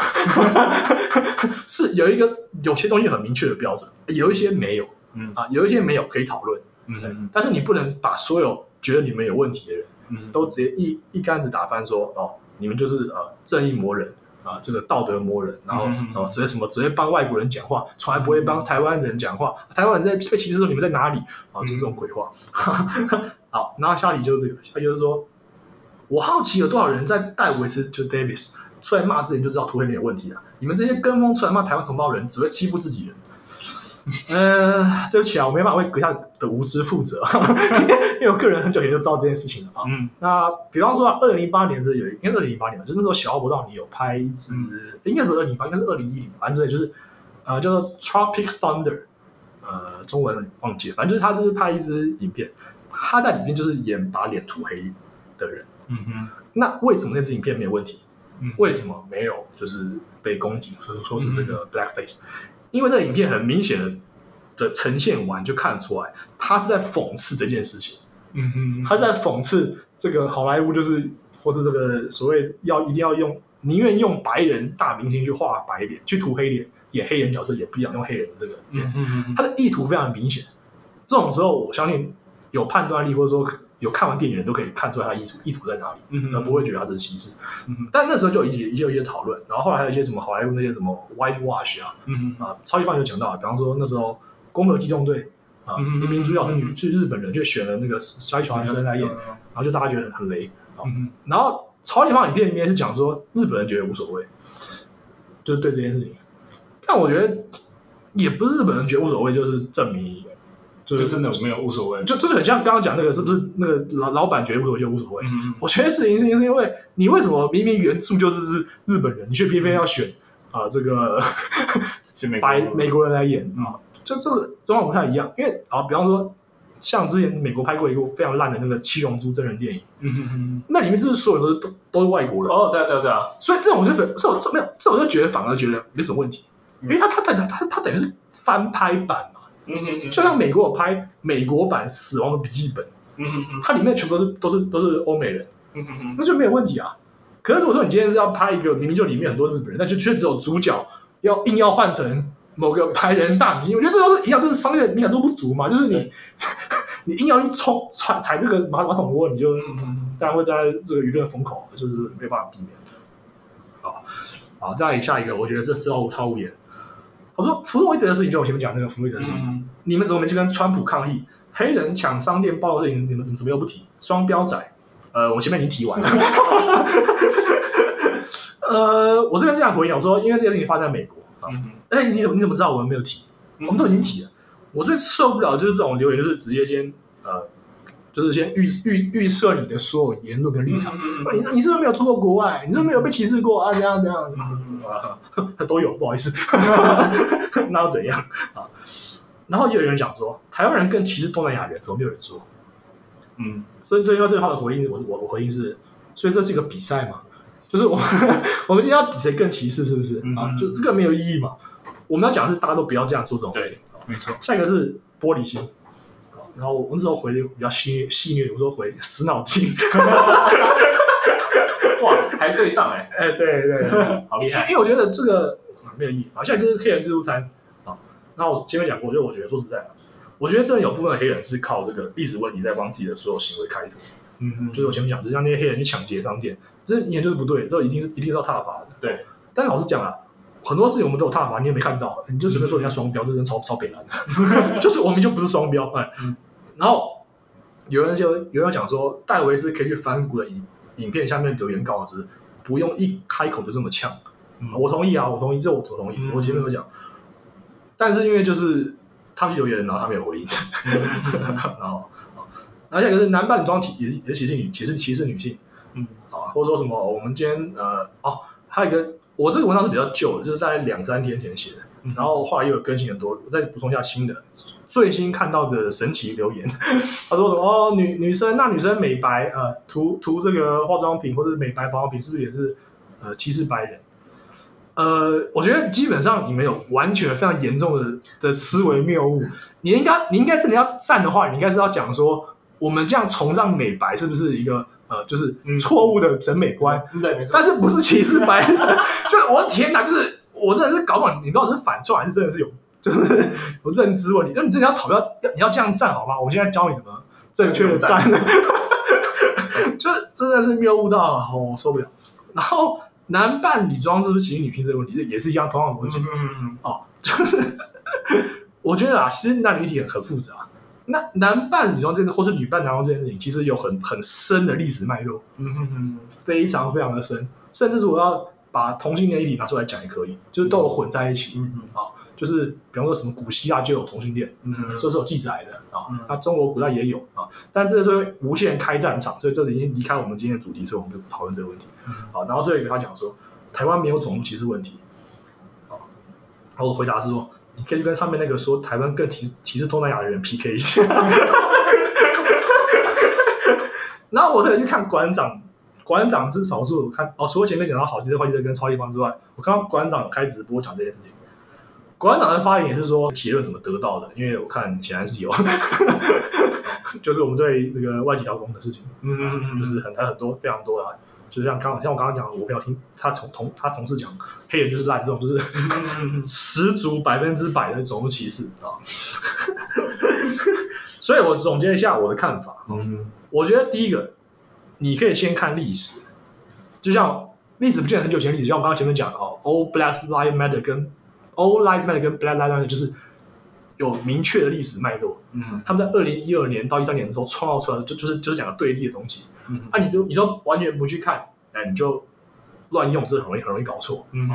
是有一个有些东西很明确的标准，有一些没有
嗯
啊，有一些没有可以讨论，
嗯嗯
但是你不能把所有觉得你们有问题的人
嗯，
都直接一一竿子打翻说，哦，你们就是呃正义魔人，啊、这个道德魔人，然后
嗯嗯嗯
啊直接什么直接帮外国人讲话，从来不会帮台湾人讲话，台湾人在被歧视的时候你们在哪里啊？就是这种鬼话。 好，然后下里就是这个，下里就是说，我好奇有多少人在戴维斯就 Davis 出来骂之前就知道图片没有问题啊，你们这些跟风出来骂台湾同胞人，只会欺负自己人。呃，对不起啊，我没办法为阁下的无知负责， 因为我个人很久以前就知道这件事情了啊。
嗯
那比方说啊，二零一八年这有一，应该是二零一八年吧，就是那时候小奥博道尼有拍一支，应该不是二零一八，应该是二零一零，反正之类就是，呃，叫做《Tropic Thunder》，呃，中文忘记了，反正就是他就是拍一支影片，他在里面就是演把脸涂黑的人。
嗯哼，
那为什么那支影片没有问题？
嗯
为什么没有就是被攻击，说说是这个 blackface？、因为那个影片很明显的呈现完就看得出来，他是在讽刺这件事情。
嗯哼，
他是在讽刺这个好莱坞，就是或是这个所谓要一定要用，宁愿用白人大明星去画白脸，去涂黑脸，演黑人角色，也不想用黑人的这个这件事。
嗯
他的意图非常明显。这种时候，我相信有判断力，或者说有看完电影的人都可以看出来他的意图意图在哪里，
嗯
而不会觉得他这是歧视
嗯哼。
但那时候就有一些有一些讨论，然后后来还有一些什么好莱坞那些什么 white wash 啊，
嗯
啊，超级棒有讲到，比方说那时候《攻壳机动队》啊，
嗯
明明主角是
嗯
女，是日本人，就选了那个沙乔安森来演，然后就大家觉得很雷。
嗯
然后超级棒影片里面是讲说日本人觉得无所谓，就是对这件事情。但我觉得也不是日本人觉得无所谓，就是证明就
就是真的没有无所谓，
就就是很像刚刚讲那个是不是那个老老板觉得无所谓就无所谓。
嗯
我觉得事情是因为你为什么明明原著就是日日本人，你却偏偏要选啊、这个
去嗯美
白
国
美国人来演啊，就这个状况不太一样。因为啊，比方说，像之前美国拍过一部非常烂的那个《七龙珠》真人电影，
嗯哼哼，
那里面就是所有人都都都是外国人，
哦对对对啊，
所以这种我就觉得这种这没有这种我就觉得反而觉得没什么问题，因为他他他他他等于是翻拍版嘛，
嗯哼
就像美国有拍美国版《死亡的笔记本》，
嗯哼
它里面全部都是都是都是欧美人，
嗯哼哼，
那就没有问题啊。可是如果说你今天是要拍一个明明就里面很多日本人，那就却只有主角要硬要换成某个白人大明星，我觉得这都是一样，就是商业敏感度不足嘛。就是你 你硬要去冲踩踩这个马马桶窝，你就
嗯哼
当然会站在这个舆论风口，就是没办法避免。好，好，再下一个，我觉得这这毫无超无言。我说弗洛伊德的事情，就我前面讲那个弗洛伊德的事情，
嗯
你们怎么没去跟川普抗议？黑人抢商店暴力，你们怎么怎么又不提？双标仔，呃，我前面已经提完了。呃，我这边这样回应，我说因为这件事情发生在美国，啊
嗯
哎、你怎么你怎么知道我们没有提？我们都已经提了。我最受不了就是这种留言，就是直接先呃，就是先预预预设你的所有言论跟立场。
嗯
你你是不是没有出过国外？你是不是没有被歧视过啊？怎样怎样？啊，
嗯
都有，不好意 思， 那又怎样啊？然后也有人讲说，台湾人更歧视东南亚人，怎么没有人说？
嗯
所以最后对他的回应，我我我回应是，所以这是一个比赛嘛，就是我们 我们今天要比谁更歧视，是不是
嗯
啊？就这个没有意义嘛。我们要讲的是大家都不要这样做这种事情。
对，没错，
下一个是玻璃心。然后我那时候回的比较细细腻，我说回死脑 筋。
哇还对上哎，
哎，对对，
好厉害，
因为我觉得这个啊没有意义。好，下一个就是黑人自助餐啊。那我前面讲过，就我觉得说实在的，我觉得真的有部分的黑人是靠这个历史问题在帮自己的所有行为开脱。
嗯哼
就是我前面讲，就是像那些黑人去抢劫商店，这明显就是不对，这一定是一定是要踏伐的。
对，
但老实讲啊，很多事情我们都有踏伐，你也没看到，啊你就随便说人家双标，这真的超超北蓝 的，就是我们就不是双标，哎，
嗯
然后有人就有人讲说，戴维斯可以去翻古的影影片下面留言告知，不用一开口就这么呛，
嗯
我同意啊，我同意，这我同意，
嗯
我前面有讲，但是因为就是他们去留言，然后他没有回应， 然后。然后下一个是男扮女装歧也也歧视女歧视歧视女性，
嗯
啊，或者说什么，我们今天呃，哦，还有一个，我这个文章是比较旧的，就是大概两三天前写的，
嗯
然后后来又有更新很多，我再补充一下新的，最新看到的神奇留言， 他说什么哦，女女生那女生美白呃涂涂这个化妆品或者是美白保养品是不是也是呃歧视白人？呃，我觉得基本上你们有完全非常严重的的思维谬误，你应该你应该真的要站的话，你应该是要讲说，我们这样崇尚美白是不是一个呃就是
嗯
错误的审美观？
对没错，
但是不是歧视白人？就是我的天哪，就是我真的是搞不懂，你到底是反串还是真的是有，就是有认知问题。那你真的要讨论，要你要这样站好吗？我现在教你怎么正确的哦站，就是真的是谬误到我受不了。然后男扮女装是不是歧视女性这个问题，这也是一样同样的逻辑。
嗯，
我觉得啊，其实男女体很很复杂。那男扮女装这件事，或是女扮男装这件事情，其实有很很深的历史脉络，
嗯哼哼，
非常非常的深。甚至是我要把同性恋一体拿出来讲也可以，就是都有混在一起。
嗯
就是比方说什么古希腊就有同性恋，
嗯哼，
所以是有记载的啊
嗯。
那中国古代也有啊，但这就会无限开战场，所以这已经离开我们今天的主题，所以我们就不讨论这个问题。好，然后最后一个他讲说，台湾没有种族歧视问题。啊，然后我回答是说，你可以去跟上面那个说台湾更歧歧视东南亚的人 PK 一下。然后我特意去看馆长，馆长是少数我看哦，除了前面讲到好记者坏记者跟超立方之外，我看到馆长有开直播讲这件事情。馆长的发言也是说结论怎么得到的，因为我看显然是有， 就是我们对这个外籍劳工的事情，
嗯嗯嗯，
就是很他很多非常多啊，就像刚像我刚刚讲的，我朋友听他从同他同事讲黑人就是烂这种，就是
嗯
十足百分之百的种族歧视啊。 所以我总结一下我的看法，
嗯
我觉得第一个，你可以先看历史，就像历史不见得很久以前的历史，像我刚刚前面讲的哦，All Black Lives Matter 跟 All Lives Matter 跟 Black Lives Matter 就是有明确的历史脉络，
嗯
他们在二零一二年到一三年的时候创造出来的就就是就是两个对立的东西。
嗯
啊，你都你都完全不去看，那你就乱用，这很容易很容易搞错。
嗯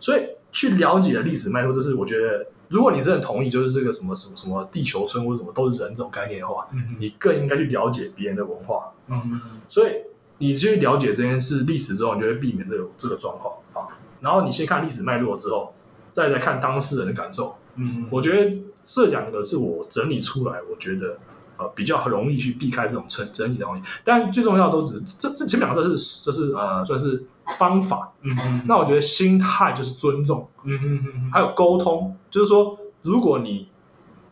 所以去了解历史脉络，这是我觉得，如果你真的同意，就是这个什么什么什么地球村或者什么都是人这种概念的话，
嗯，
你更应该去了解别人的文化。
嗯
所以你去了解这件事历史之后，你就会避免这个这个状况啊。然后你先看历史脉络之后，再来看当事人的感受。
嗯，
我觉得这两个是我整理出来，我觉得呃比较容易去避开这种争争议的东西。但最重要的都只是这这前面两个这是这是呃算是方法。
嗯嗯，
那我觉得心态就是尊重，
嗯嗯嗯，
还有沟通，就是说如果你。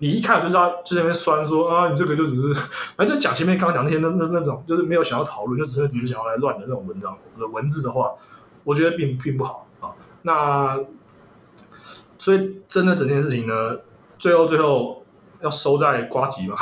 你一开始就是要就在那边酸说啊，你这个就只是，反正就讲前面刚刚讲那些那那那种，就是没有想要讨论，就只是只是想要来乱的那种文章的文字的话，我觉得并并不好啊。那所以真的整件事情呢，最后最后要收在瓜吉嘛？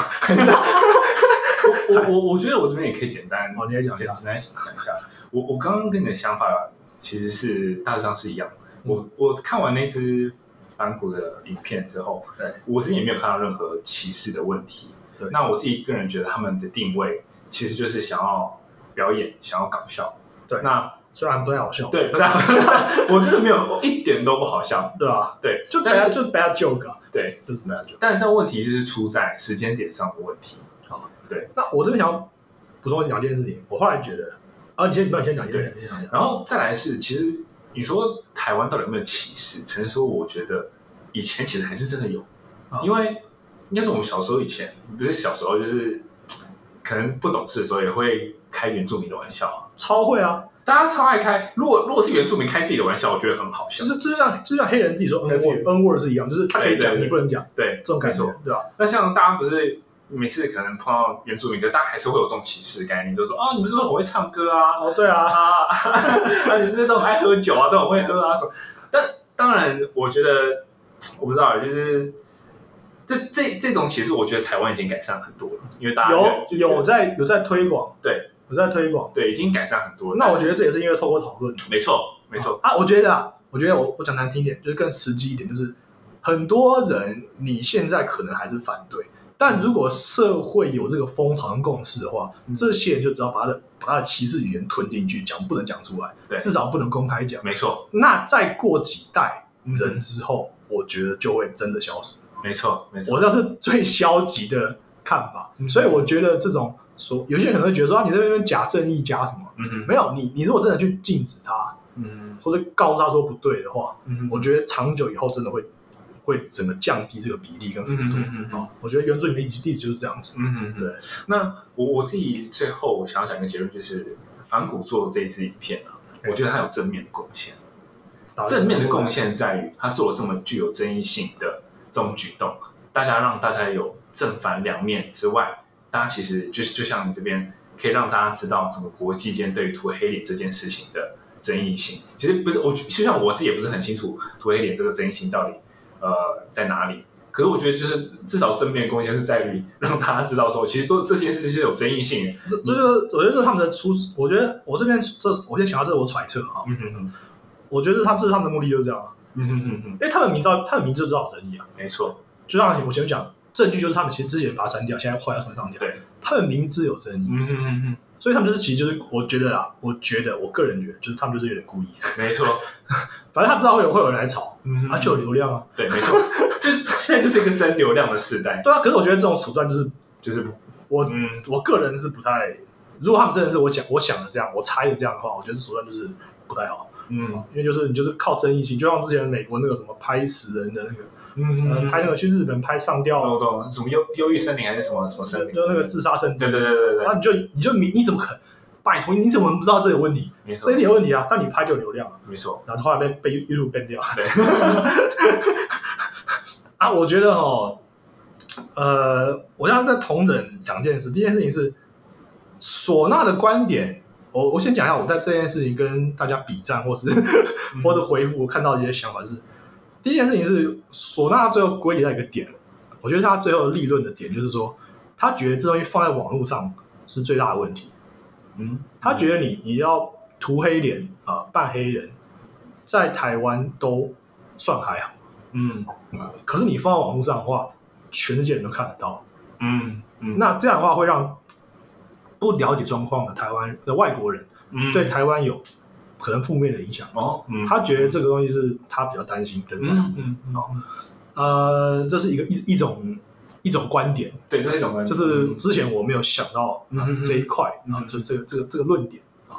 我我我觉得我这边也可以简单
哦，你也讲一
简
下
简。单讲一下，我我刚刚跟你的想法其实是大致上是一样的。
嗯
我我看完那支反骨的影片之后，
对，
我自己也没有看到任何歧视的问题。
对
那我自己个人觉得他们的定位其实就是想要表演，想要搞笑。
对
那
虽然不太好笑，
对， 不太好笑，我觉得没有，我一点都不好笑。
对啊，
对，
就
但
bad
是
就 bad joke，、啊、
对，
就是 bad joke。
但但问题就是出在时间点上的问题。
那我这边想要补充两件事情，我后来觉得，啊，你先，你先讲，你先讲，你先讲。
然后再来是，其实你说台湾到底有没有歧视？只能说我觉得以前其实还是真的有，
啊
因为应该是我们小时候以前，不是小时候，就是可能不懂事的时候也会开原住民的玩笑啊。
超会啊，
大家超爱开，如果如果是原住民开自己的玩笑，我觉得很好笑
就。是就是像就是像黑人自己说 n
对
word n word 是一样，就是他可以
对
讲，
对
你不能讲
对，
这种感觉
没错，
对吧？
那像大家不是每次可能碰到原住民歌，大家还是会有这种歧视概念，就说啊，你们是不是很会唱歌啊？
哦，对啊，
啊，啊，你们是不是都很爱喝酒啊，都很会喝啊什么？但当然，我觉得我不知道，就是这这这种歧视，我觉得台湾已经改善很多了，因为大家
有
就是
有在有在推广，
对，
有在推广。
对已经改善很多了。
那我觉得这也是因为透过讨论，
没错没错，
啊，我觉得啊，我觉得我我讲难听点，就是更实际一点，就是很多人你现在可能还是反对，但如果社会有这个风潮跟共识的话，
嗯
这些人就只要把他的把他的歧视语言吞进去，讲不能讲出来，
对
至少不能公开讲。
没错
那再过几代
嗯
哦人之后，我觉得就会真的消失。
没错没错，
我知道这是最消极的看法，
嗯
所以我觉得这种说，有些人可能会觉得说、啊、你在那边假正义假什么，
嗯哼
没有你你如果真的去禁止他，
嗯
或者告诉他说不对的话，
嗯
我觉得长久以后真的会会整个降低这个比例跟幅
嗯
度。哦
嗯嗯嗯。
我觉得原住民的地址就是这样子。
嗯
对，
那我我自己最后想要讲一个结论，就是反骨做这支影片啊，我觉得它有正面的贡献。正面的贡献在于他做了这么具有争议性的这种举动，大家让大家有正反两面之外，大家其实就是就像你这边可以让大家知道整个国际间对于涂黑脸这件事情的争议性。其实不是我，就像我自己也不是很清楚涂黑脸这个争议性到底呃在哪里。可是我觉得，就是至少正面的贡献是在于让大家知道说，其实做这件事是有争议性的。
这这就是我觉得这是他们的出，我觉得我这边这我先强调这是我揣测啊，
嗯哼哼，
我觉得他们这是他们的目的就是这样啊，
嗯哼哼哼，
因为他们明知道他们明知道有争议啊，
没错，
就像我前面讲，证据就是他们其实之前把它删掉，现在后来要重新上架，
对，
他们明知有争议，
嗯哼哼哼，
所以他们就是其实就是我觉得啦，我觉得我个人觉得就是他们就是有点故意，
没错，
反正他知道会有会有人来吵，
嗯
啊就有流量啊，
对，没错，就现在就是一个真流量的时代，
对啊，可是我觉得这种手段就是
就是不
我
嗯，
我个人是不太，如果他们真的是我讲我想的这样，我猜的这样的话，我觉得手段就是不太好，
嗯
因为就是你就是靠争议性，就像之前美国那个什么拍死人的那个，呃
嗯，哦
拍那个去日本拍上吊，
懂懂，什么忧忧郁森林还是什么什么森林？
就那个自杀圣地，
嗯对对对对
那
对，
你就你就你你怎么可能？拜托，你怎么能不知道这有问题？
没
这
错
一点有问题啊！但你拍就有流量啊，
没错，
然后后来被被 YouTube ban 掉
对，
啊！我觉得哦，呃，我要在同整两件事。第一件事情是唢呐的观点，我我先讲一下我在这件事情跟大家比战，或是 或者回复看到的一些想法是，第一件事情是唢呐最后归结到一个点，我觉得他最后立论的点就是说，他觉得这东西放在网络上是最大的问题。
嗯，
他觉得你你要涂黑脸啊、扮黑人，在台湾都算还好，
嗯
可是你放在网络上的话，全世界人都看得到。
嗯嗯，
那这样的话会让不了解状况的台湾的外国人
嗯
对台湾有可能负面的影响。
哦，嗯，
他觉得这个东西是他比较担心跟在乎。
嗯嗯嗯，哦，
呃，这是一个一一种一种观点，
对，这是一种
这是之前我没有想到
嗯
啊
嗯嗯
这一块
嗯
啊
嗯，
就这个这个这个论点啊。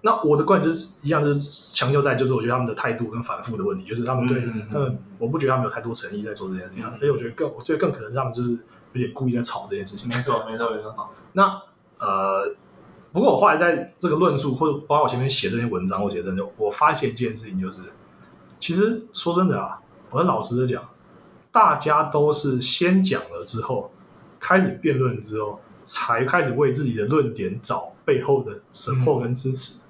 那我的观点就是一样，就是强调在就是我觉得他们的态度跟反复的问题，就是他们对
嗯嗯嗯
他们，我不觉得他们有太多诚意在做这件事情，啊
嗯
而且我觉得更我觉得更可能他们就是有点故意在吵这件事情
没。错没错没错，
那呃，不过我后来在这个论述或者包括我前面写这篇文章，我写的时候，我发现一件事情，就是其实说真的啊，我很老实的讲，大家都是先讲了之后，开始辩论之后，才开始为自己的论点找背后的 support 跟支持。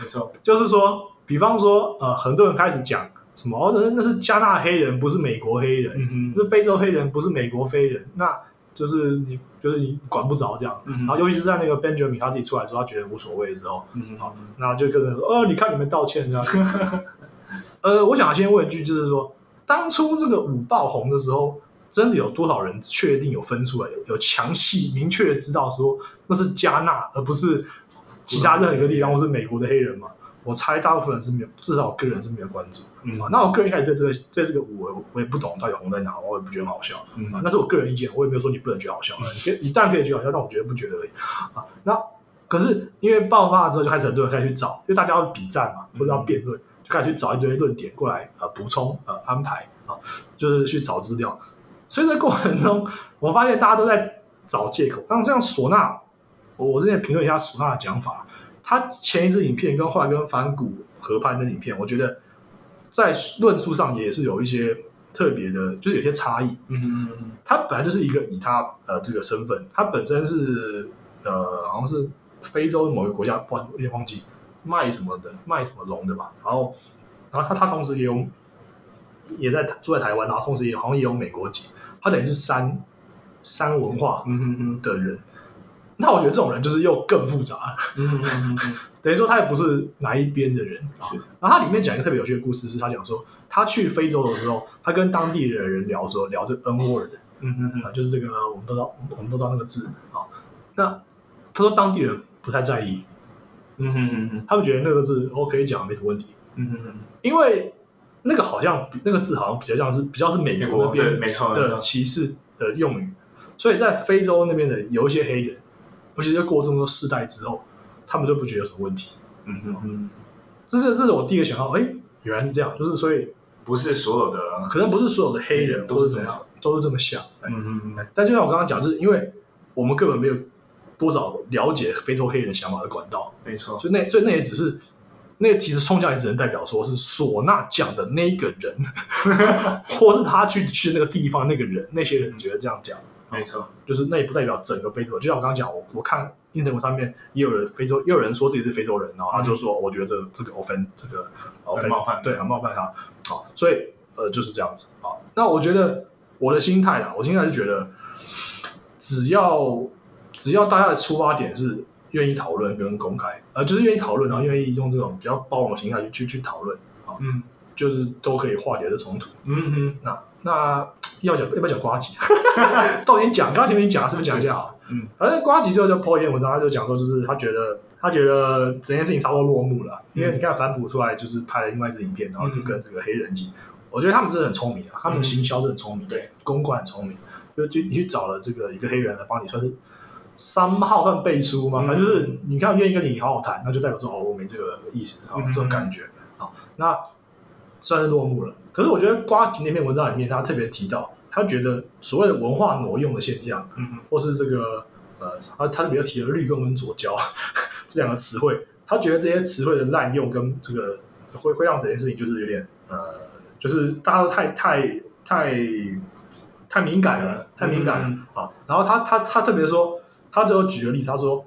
没错，
就是说，比方说，呃，很多人开始讲什么，哦，那那是加拿大黑人，不是美国黑人，
嗯
是非洲黑人，不是美国非人，那就是你就是你管不着这样。
嗯，
然后尤其是在那个 Benjamin 他自己出来说他觉得无所谓之后，
嗯好，
那就跟人说，呃，你看你们道歉这样。 呃，我想先问一句，就是说，当初这个五爆红的时候，真的有多少人确定有分出来，有有详细明确地知道说那是加纳，而不是其他任何一个地方或是美国的黑人吗？我猜大部分人是没有，至少我个人是没有关注。
嗯
啊，那我个人一开始对这个对这个舞，我我也不懂到底红在哪，我也不觉得很好笑。
嗯
啊，那是我个人意见，我也没有说你不能觉得好笑，你可以你当然可以觉得好笑，但我觉得不觉得而已啊。那可是因为爆发了之后，就开始很多人开始去找，因为大家要比战嘛，或者要辩论，就开始去找一堆论点过来呃补充呃安排啊，就是去找资料。所以在过程中，我发现大家都在找借口。像像唢呐，我我之前评论一下唢呐的讲法，他前一支影片跟后来跟反骨合拍的影片，我觉得在论述上也是有一些特别的，就是有些差异。
嗯嗯
他本来就是一个以他呃这个身份，他本身是呃好像是非洲某一个国家，不然有点忘记卖什么的，卖什么龙的吧。然后，然后他他同时也有也在住在台湾，然后同时也好像也有美国籍，他等于是三三文化
嗯嗯
的人。那我觉得这种人就是又更复杂了，
嗯嗯嗯，
等于说他也不是哪一边的人啊
是。
然后他里面讲一个特别有趣的故事，是他讲说他去非洲的时候，他跟当地的人聊说聊这个 N word，
嗯嗯
啊，就是这个我们都知道，我们都知道那个字啊。那他说当地人不太在意，
嗯嗯
他们觉得那个字哦我可以讲没什么问题，
嗯
因为那个好像那个字好像比较像是比较是美
美
国
国
那
对，
边
没错
的歧视的用语，所以在非洲那边的有一些黑人，尤其是过这么多世代之后，他们就不觉得有什么问题。
嗯嗯嗯，
这是这是我第一个想到，哎，原来是这样，就是所以
不是所有的，
可能不是所有的黑人
嗯都
或
是
者怎
这
么
样
样都是这么想，
嗯嗯嗯，
但就像我刚刚讲，就是因为我们根本没有多少了解非洲黑人想法的管道，
没错，
所以那所以那也只是那其实冲下来只能代表说是唢呐讲的那个人， 或是他去去那个地方那个人，那些人觉得这样讲，
没错，
就是那也不代表整个非洲。就像我刚刚讲，我我看 Instagram 上面也有人非洲，也有人说自己是非洲人，然后他就说我觉得这个这个 offend 这个 offend
嗯很冒犯
对，很冒犯他。好，所以呃，就是这样子啊。那我觉得我的心态啦，我心态是觉得，只要只要大家的出发点是愿意讨论跟公开，呃，就是愿意讨论，然后愿意用这种比较包容的心态去去去讨论，
嗯
就是都可以化解这冲突。
嗯嗯
那那要讲要不要讲瓜吉？啊 到底讲，刚刚前面讲是不是讲一下啊好？
嗯，
反正瓜吉最后就 po 一篇文章，他就讲说，就是他觉得他觉得整件事情差不多落幕了，啊因为
嗯
你看反哺出来就是拍了另外一支影片，然后就
嗯
跟这个黑人机，我觉得他们真的很聪明啊，他们的
嗯
行销是很聪明，
对，
公关很聪明，就就你去找了这个一个黑人来帮你算是。三号算背书嘛，
嗯
反正就是你看愿意跟你好好谈，那就代表说哦，我没这个意思啊，哦这种
嗯
感觉啊。好那算是落幕了。可是我觉得瓜吉那篇文章里面，他特别提到，他觉得所谓的文化挪用的现象，
嗯
或是这个呃，他他比较提了绿共跟左交 这两个词汇，他觉得这些词汇的滥用跟这个会会让整件事情就是有点呃，就是大家都太太太太敏感了，太敏感了、
嗯
啊。然后他他他特别说，他最后举了例子，他说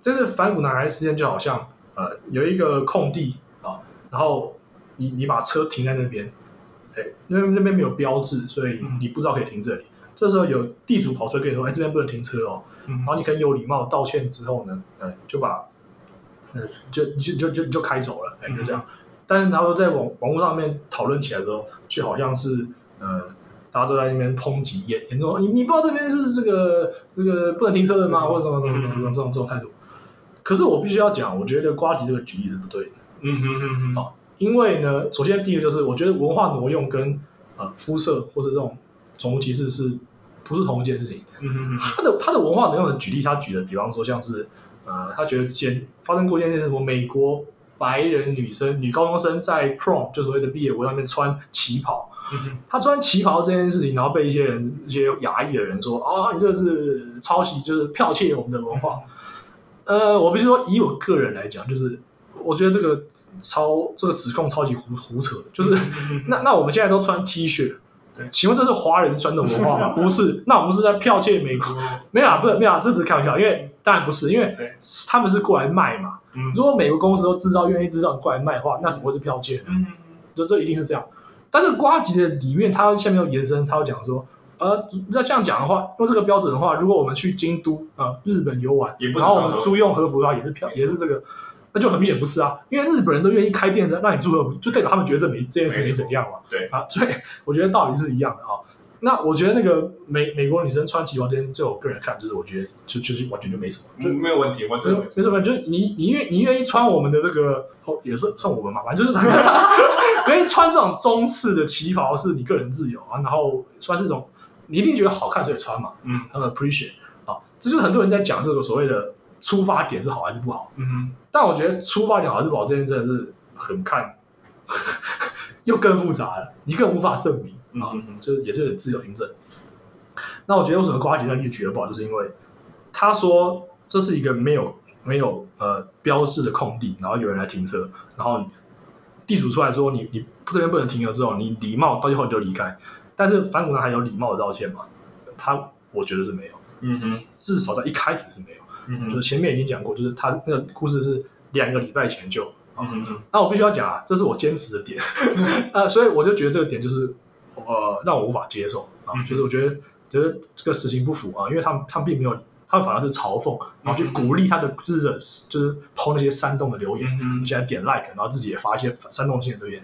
这个反骨男孩事件就好像呃有一个空地啊，然后你你把车停在那边，哎，因为那边没有标志，所以
嗯
你不知道可以停这里。这时候有地主跑出来跟你说：“哎，这边不能停车哦。”
嗯
然后你很有礼貌地道歉之后呢，呃，就把，呃，就就就就就开走了，哎，就这样。
嗯
但是然后在网网络上面讨论起来的时候，却好像是呃，大家都在那边抨击，严严重说你你不知道这边是这个这个不能停车的吗？
嗯
或者什么什么什么什么这种这种态度。可是我必须要讲，我觉得瓜吉这个举例是不对的。
嗯嗯嗯嗯，
因为呢，首先第一个就是，我觉得文化挪用跟呃肤色或者这种种族歧视是不是同一件事情？
嗯嗯
他的他的文化能用的举例，他举的，比方说像是呃，他觉得之前发生过一件事，什么美国白人女生女高中生在 prom 就所谓的毕业舞上面穿旗袍，
嗯
她穿旗袍这件事情，然后被一些人一些亚裔的人说啊、你这个是抄袭，就是剽窃我们的文化。呃，我必须说，以我个人来讲，就是我觉得这个超这个指控超级胡胡扯的，就是。
嗯
那那我们现在都穿 T 恤
对，
请问这是华人穿的文化吗？不是，那我们是在剽窃美国？没有啊，不是没有啊，这只是开玩笑，因为当然不是，因为
对
他们是过来卖嘛。
嗯
如果美国公司都制造愿意制造你过来卖的话，那怎么会是剽窃呢？
嗯
这这一定是这样。但是瓜吉的里面，他下面有延伸，他有讲说，呃，那这样讲的话，用这个标准的话，如果我们去京都啊、呃日本游玩
也，不能
然后我们
穿和服
租用和服的话，也是票，也是这个，那就很明显不是啊，因为日本人都愿意开店的，让你租和服，就代表他们觉得这没这件事情怎样嘛，
对
啊，所以我觉得道理是一样的啊。那我觉得那个美美国女生穿旗袍这件，就我个人看，就是我觉得就就是完全就没什么，就
嗯，没有问题，我
就
真
是
的没
没什么，就是你你愿你愿意穿我们的这个，哦，也算算我们嘛，反正就是 愿意穿这种中式的旗袍是你个人自由啊，然后算是一种你一定觉得好看所以穿嘛，
嗯
很 appreciate 啊，这就是很多人在讲这个所谓的出发点是好还是不好，
嗯
但我觉得出发点好还是不好这件真的是很看，又更复杂了，你更无法证明
嗯
啊，
嗯
就是也是自由行政。那我觉得为什么瓜吉那例子举得不好，就是因为他说这是一个没有没有呃标示的空地，然后有人来停车，然后地主出来说你你这边不能停了之后，你礼貌到最后你就离开。但是反骨男孩有礼貌的道歉嘛？他我觉得是没有，
嗯
至少在一开始是没有。
嗯
就是前面已经讲过，就是他那个故事是两个礼拜前就
嗯
那我必须要讲啊，这是我坚持的点， 呃，所以我就觉得这个点就是呃让我无法接受啊，
嗯
就是我觉得觉得这个事情不符啊，因为他们他们并没有，他们反而是嘲讽，然后去鼓励他的支持者就是抛那些煽动的留言，
嗯嗯
而且还点 like，然后自己也发一些煽动性的留言，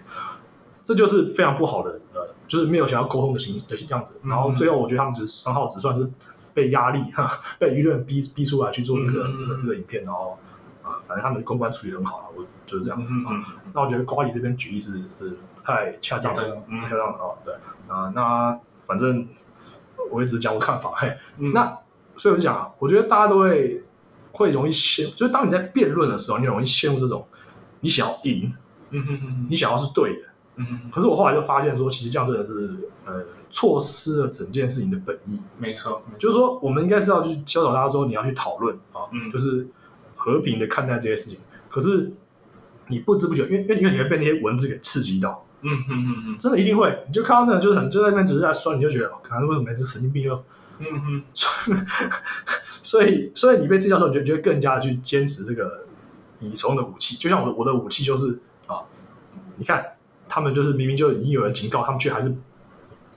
这就是非常不好的呃，就是没有想要沟通的形的样子，
嗯
然后最后我觉得他们只是三号只算是被压力哈，被舆论逼逼出来去做这个、
嗯
这个这个影片，然后啊、呃反正他们的公关处理得很好了，我就是这样。
嗯嗯
那我觉得瓜吉这边举例是是不太恰当的，
嗯
不太恰当的哦。对啊、那反正我也只讲我看法。嘿，
嗯，
那所以我就讲啊，我觉得大家都会会容易陷，就是当你在辩论的时候，你容易陷入这种你想要赢，
嗯嗯
你想要是对的。
嗯，
可是我后来就发现说，其实这样真的是呃错失了整件事情的本意。
没错，
就是说，我们应该是要去教导大家说，你要去讨论啊，
嗯
就是和平的看待这些事情。可是你不知不觉，因为因为因为你会被那些文字给刺激到，
嗯嗯嗯
真的一定会。你就看到那个就是很就在那边只是在酸，你就觉得，哦，可能为什么这神经病又
嗯嗯，
所以，所以你被刺激到的时候，你就觉得更加去坚持这个你手中的武器。就像我的我的武器就是啊，你看他们就是明明就已经有人警告他们，却还是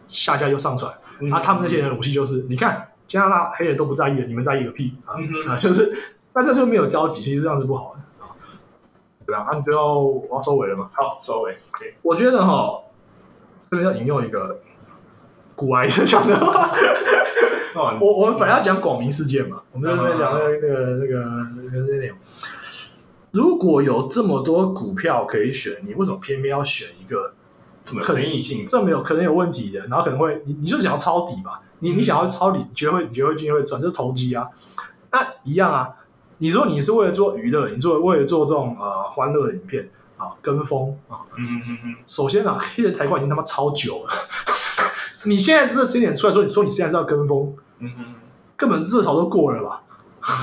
下架又上传。
嗯
啊，他们那些人的武器就是，你看加拿大黑人都不在意了，你们在意个屁啊
嗯！哼
啊，就是，但这就没有交集，其实这样是不好的，啊对吧？那、你最后我要收尾了嘛？
好，收尾。对，
我觉得哈，这边要引用一个古埃的讲的话，
那
我我们本来要讲广明事件嘛，我们在那边讲那个那个那个那个内容。如果有这么多股票可以选，你为什么偏偏要选一个
怎么有争议性？
这没有可能有问题的，然后可能会你你就想要抄底嘛，你你想要抄底，你觉得会你觉得会今天会赚，这是投机啊，那一样啊。你说你是为了做娱乐，你做为了做这种呃欢乐的影片啊，跟风啊。
嗯嗯嗯
首先啊，黑人抬棺已经他妈超久了， 你现在这时间点出来说，你说你现在是要跟风，
嗯嗯
根本热潮都过了吧？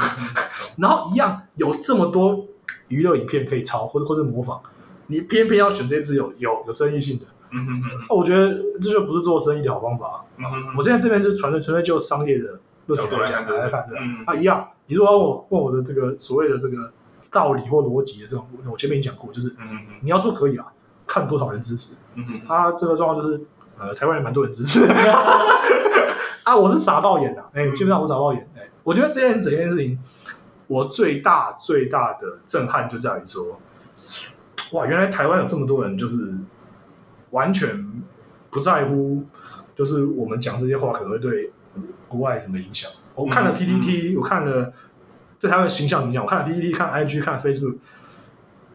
然后一样有这么多娱乐影片可以抄或者或者模仿，你偏偏要选这支有有有争议性的，
嗯嗯
那我觉得这就不是做生意的好方法啊、
嗯，
我现在这边就是纯粹纯粹就商业的论点来讲来反的
嗯，
啊一样。你如果要我问我的这个所谓的这个道理或逻辑的这种，我前面已经讲过，就是
嗯
你要做可以啊，看多少人支持。
嗯嗯，
啊，这个状况就是呃，台湾人蛮多人支持。 啊，我是傻爆眼的、哎、
嗯
基本上我傻爆眼，哎、我觉得这件整件事情，我最大最大的震撼就在于说，哇，原来台湾有这么多人就是完全不在乎，就是我们讲这些话可能会对国外什么影响。我看了
嗯
PPT，、我看了对台湾的形象影响，我看了 PPT，看 IG，看 Facebook，、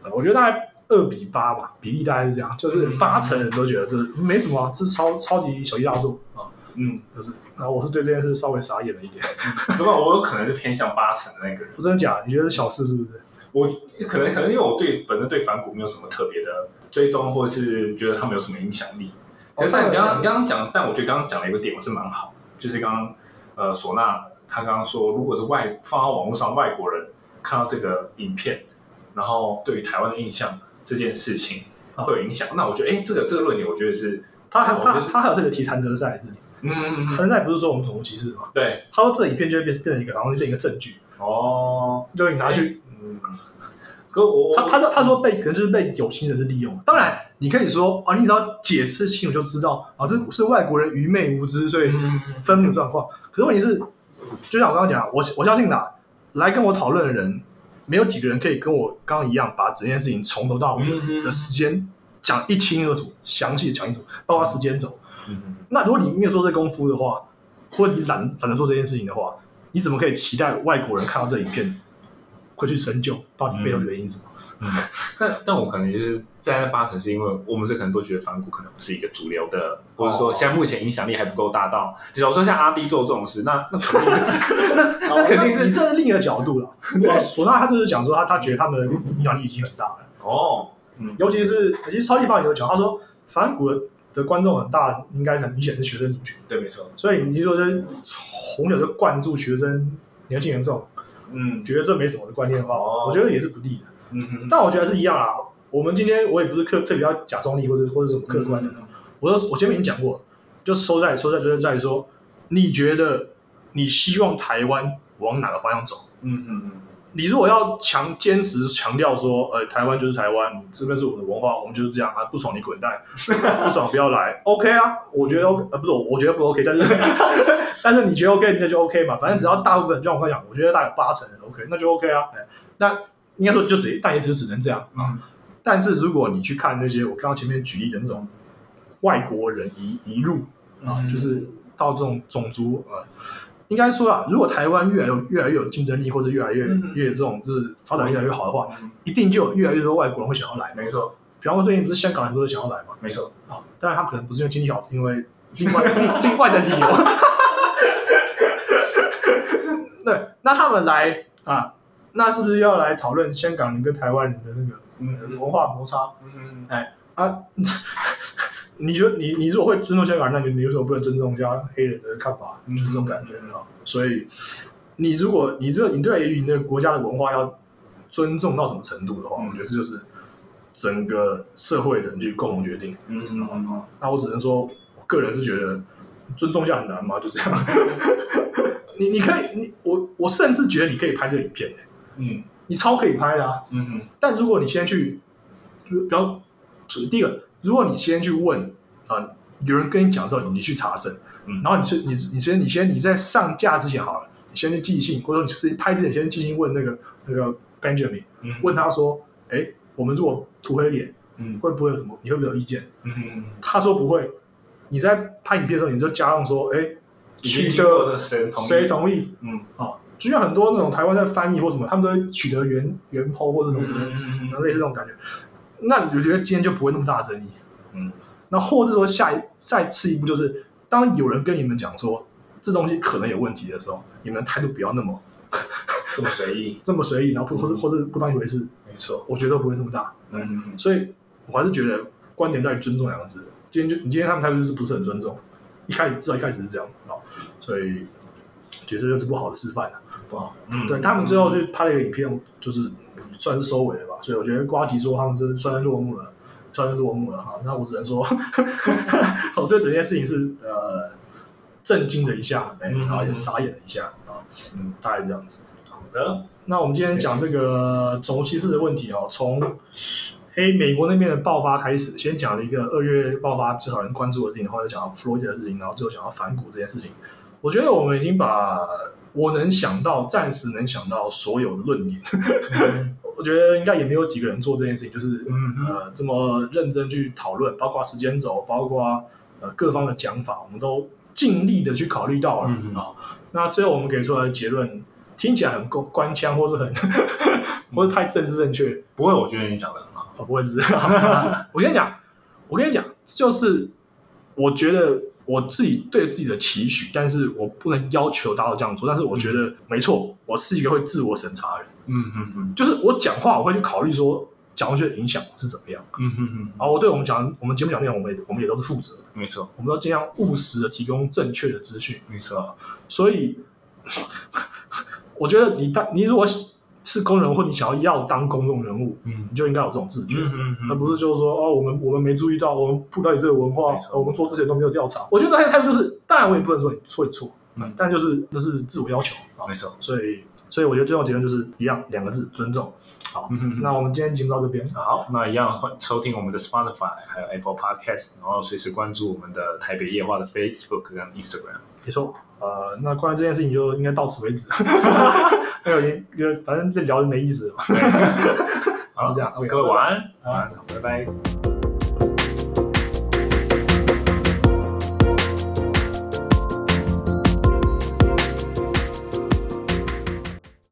呃、我觉得大概二比八吧，比例大概是这样，就是
嗯
八成人都觉得这没什么啊、这是超超级小题大做啊。
嗯，
就是，然后我是对这件事稍微傻眼了一点。
不过我有可能是偏向八成的那个人。
我真的假的？你觉得是小事是不是？
我可能可能因为我对本身对反骨没有什么特别的追踪，或者是觉得他们有什么影响力。
哦
可是哦但你刚刚你刚刚讲，但我觉得刚刚讲了一个点，我是蛮好，就是刚刚呃唢呐他刚刚说，如果是外放到网络上外国人看到这个影片，然后对于台湾的印象这件事情
啊
会有影响。那我觉得哎，这个这个论点，我觉得是
他还
哦我
他
就是
他还有特别提谭德赛的事情，
嗯嗯嗯
谭德赛不是说我们种族歧视吗？
对
他说这影片就会变变成一个，然后就变成一个证据，
哦，
就是你拿去
嗯，可我
他他说他说被可能就是被有心人士利用。当然，你可以说啊，你只要解释清楚就知道啊，这是外国人愚昧无知，所以
嗯
分母状况。可是问题是，就像我刚刚讲，我我相信啦，来跟我讨论的人，没有几个人可以跟我刚刚一样，把整件事情从头到尾
嗯嗯
的时间讲一清二楚、详细地讲清楚，包括时间轴。
嗯
那如果你没有做这功夫的话，或者你懒懒得做这件事情的话，你怎么可以期待外国人看到这影片会去深究到底背后的原因是什么？
但但我可能就是在那八成，是因为我们这可能都觉得反骨可能不是一个主流的，或者说现在目前影响力还不够大到，假如说像阿弟做这种事，那那肯定是 那那肯定
你
是
这是另一个角度了。对，唢呐他就是讲说他他觉得他们的影响力已经很大了，
哦，
尤其是其实超级棒也有讲，他说反骨的的观众很大，应该很明显是学生族群，
对，没错，
所以你说就是从小就灌注学生年轻人这种
嗯
觉得这没什么的观念的话，
哦
我觉得也是不利的。
嗯嗯，
但我觉得还是一样啊。我们今天我也不是客特别要假中立或者或者什么客观
嗯
的，我就我前面已经讲过，就收在收在就是在于说，你觉得你希望台湾往哪个方向走？
嗯嗯
你如果要强坚持强调说，呃，台湾就是台湾，这边是我们的文化，我们就是这样啊，不爽你滚蛋， 不爽不要来，OK 啊，我觉得 OK，呃，不是我，我觉得不 OK，但是 但是你觉得 OK，那就 OK 嘛，反正只要大部分，就像我刚才讲，我觉得大概有八成人 OK，那就 OK 啊，哎那应该说就只，但也只只能这样啊。
嗯
但是如果你去看那些我刚刚前面举例的那种外国人一一路啊，
嗯
就是到这种种族啊、呃应该说啊，如果台湾越来越越来越有竞争力，或者越来越、
嗯
越这种就是发展越来越好的话，
嗯，
一定就有越来越多外国人会想要来。
没错
比方说最近不是香港很多人想要来嘛，
没错，
啊，当然他们可能不是因为经济好，是因为另外另外的理由。 对，那他们来啊，那是不是要来讨论香港人跟台湾人的那个呃
嗯
文化摩擦？
嗯
啊，你觉得你你如果会尊重香港人，那你你为什么不能尊重一下黑人的看法？
嗯
就是这种感觉啊。所以你如果你这你对于你的国家的文化要尊重到什么程度的话，
嗯
我觉得这就是整个社会人去共同决定。
嗯嗯，
那我只能说，我个人是觉得尊重一下很难嘛，就这样。你你可以你我我甚至觉得你可以拍这个影片、欸，
嗯
你超可以拍的啊。
嗯
但如果你先去，就比方，就第一个，如果你先去问啊、呃有人跟你讲之后，你去查证，
嗯
然后你去你你先你先你在上架之前好了，你先去寄信，或者说你是拍之前先寄信问那个那个 Benjamin，
嗯
问他说，哎，我们如果涂黑脸
嗯
会不会有什么？你会不会有意见？
嗯嗯，
他说不会。你在拍影片的时候，你就加上说，哎，取
取
得
得谁同意
谁同意？
嗯
哦，就像很多那种台湾在翻译或什么，他们都会取得原原 PO 或者什
嗯
么
嗯嗯嗯
类似这种感觉。那我觉得今天就不会那么大的争议。
嗯，
那或者说下一再次一步就是，当有人跟你们讲说这东西可能有问题的时候，你们的态度不要那么
这么随意，
这么随意，然后不或者或者不当一回事，
没错，
我觉得不会这么大。
嗯嗯
所以我还是觉得观点在于尊重两个字。今天就你今天他们态度就是不是很尊重，一开始至少一开始是这样啊，所以觉得这就是不好的示范了、不好。
嗯，
对他们最后就拍了一个影片，就是算是收尾了吧。所以我觉得瓜吉说他们是算是落幕了，算是落幕了哈。那我只能说， 我对整件事情是呃震惊了一下，哎，
嗯
然后也傻眼了一下啊，嗯，大概这样子。
好的，
那我们今天讲这个种族歧视的问题哦，从诶美国那边的爆发开始，先讲了一个二月爆发最少人关注的事情，然后又讲到弗洛伊德的事情，然后最后讲到反骨这件事情。我觉得我们已经把我能想到、暂时能想到所有的论点， 我觉得应该也没有几个人做这件事情，就是
嗯
呃这么认真去讨论，包括时间轴，包括呃各方的讲法，我们都尽力的去考虑到了啊、
嗯
那最后我们给出来的结论听起来很官官腔， 或是很或是太政治正确，
不会，我觉得你讲的很好，
我不会知道。 我跟你讲，我跟你讲，就是我觉得我自己对自己的期许，但是我不能要求大家都这样做。但是我觉得、没错，我是一个会自我审查的人，
嗯嗯嗯
就是我讲话我会去考虑说讲出去的影响是怎么样。
嗯嗯嗯，
啊，我对我们讲我们节目讲内容，我们也我们也都是负责的，
没错
我们都尽量务实的提供正确的资讯。
没错，
所以我觉得你当你如果是公人或你想要要当公众人物，
嗯
你就应该有这种自觉。
嗯
而不是就是说哦，我们我们没注意到，我们不了解这个文化哦
没，错
我们做之前都没有调查。我觉得大家态度就是，当然我也不能说你错你错，
嗯
但就是那是自我要求啊。
没错，
所以所以我觉得最后结论就是一样，两个字尊重。好，
嗯嗯
那我们今天节目到这边啊，
好，那一样欢收听我们的 Spotify，还有 Apple Podcast，然后随时关注我们的台北夜话的 Facebook 跟 Instagram。
没错。呃，那关于这件事情就应该到此为止， 没有，因因为反正这聊就没意思了嘛。
好
就这样，OK，
各位晚安，
拜拜
晚安，拜拜。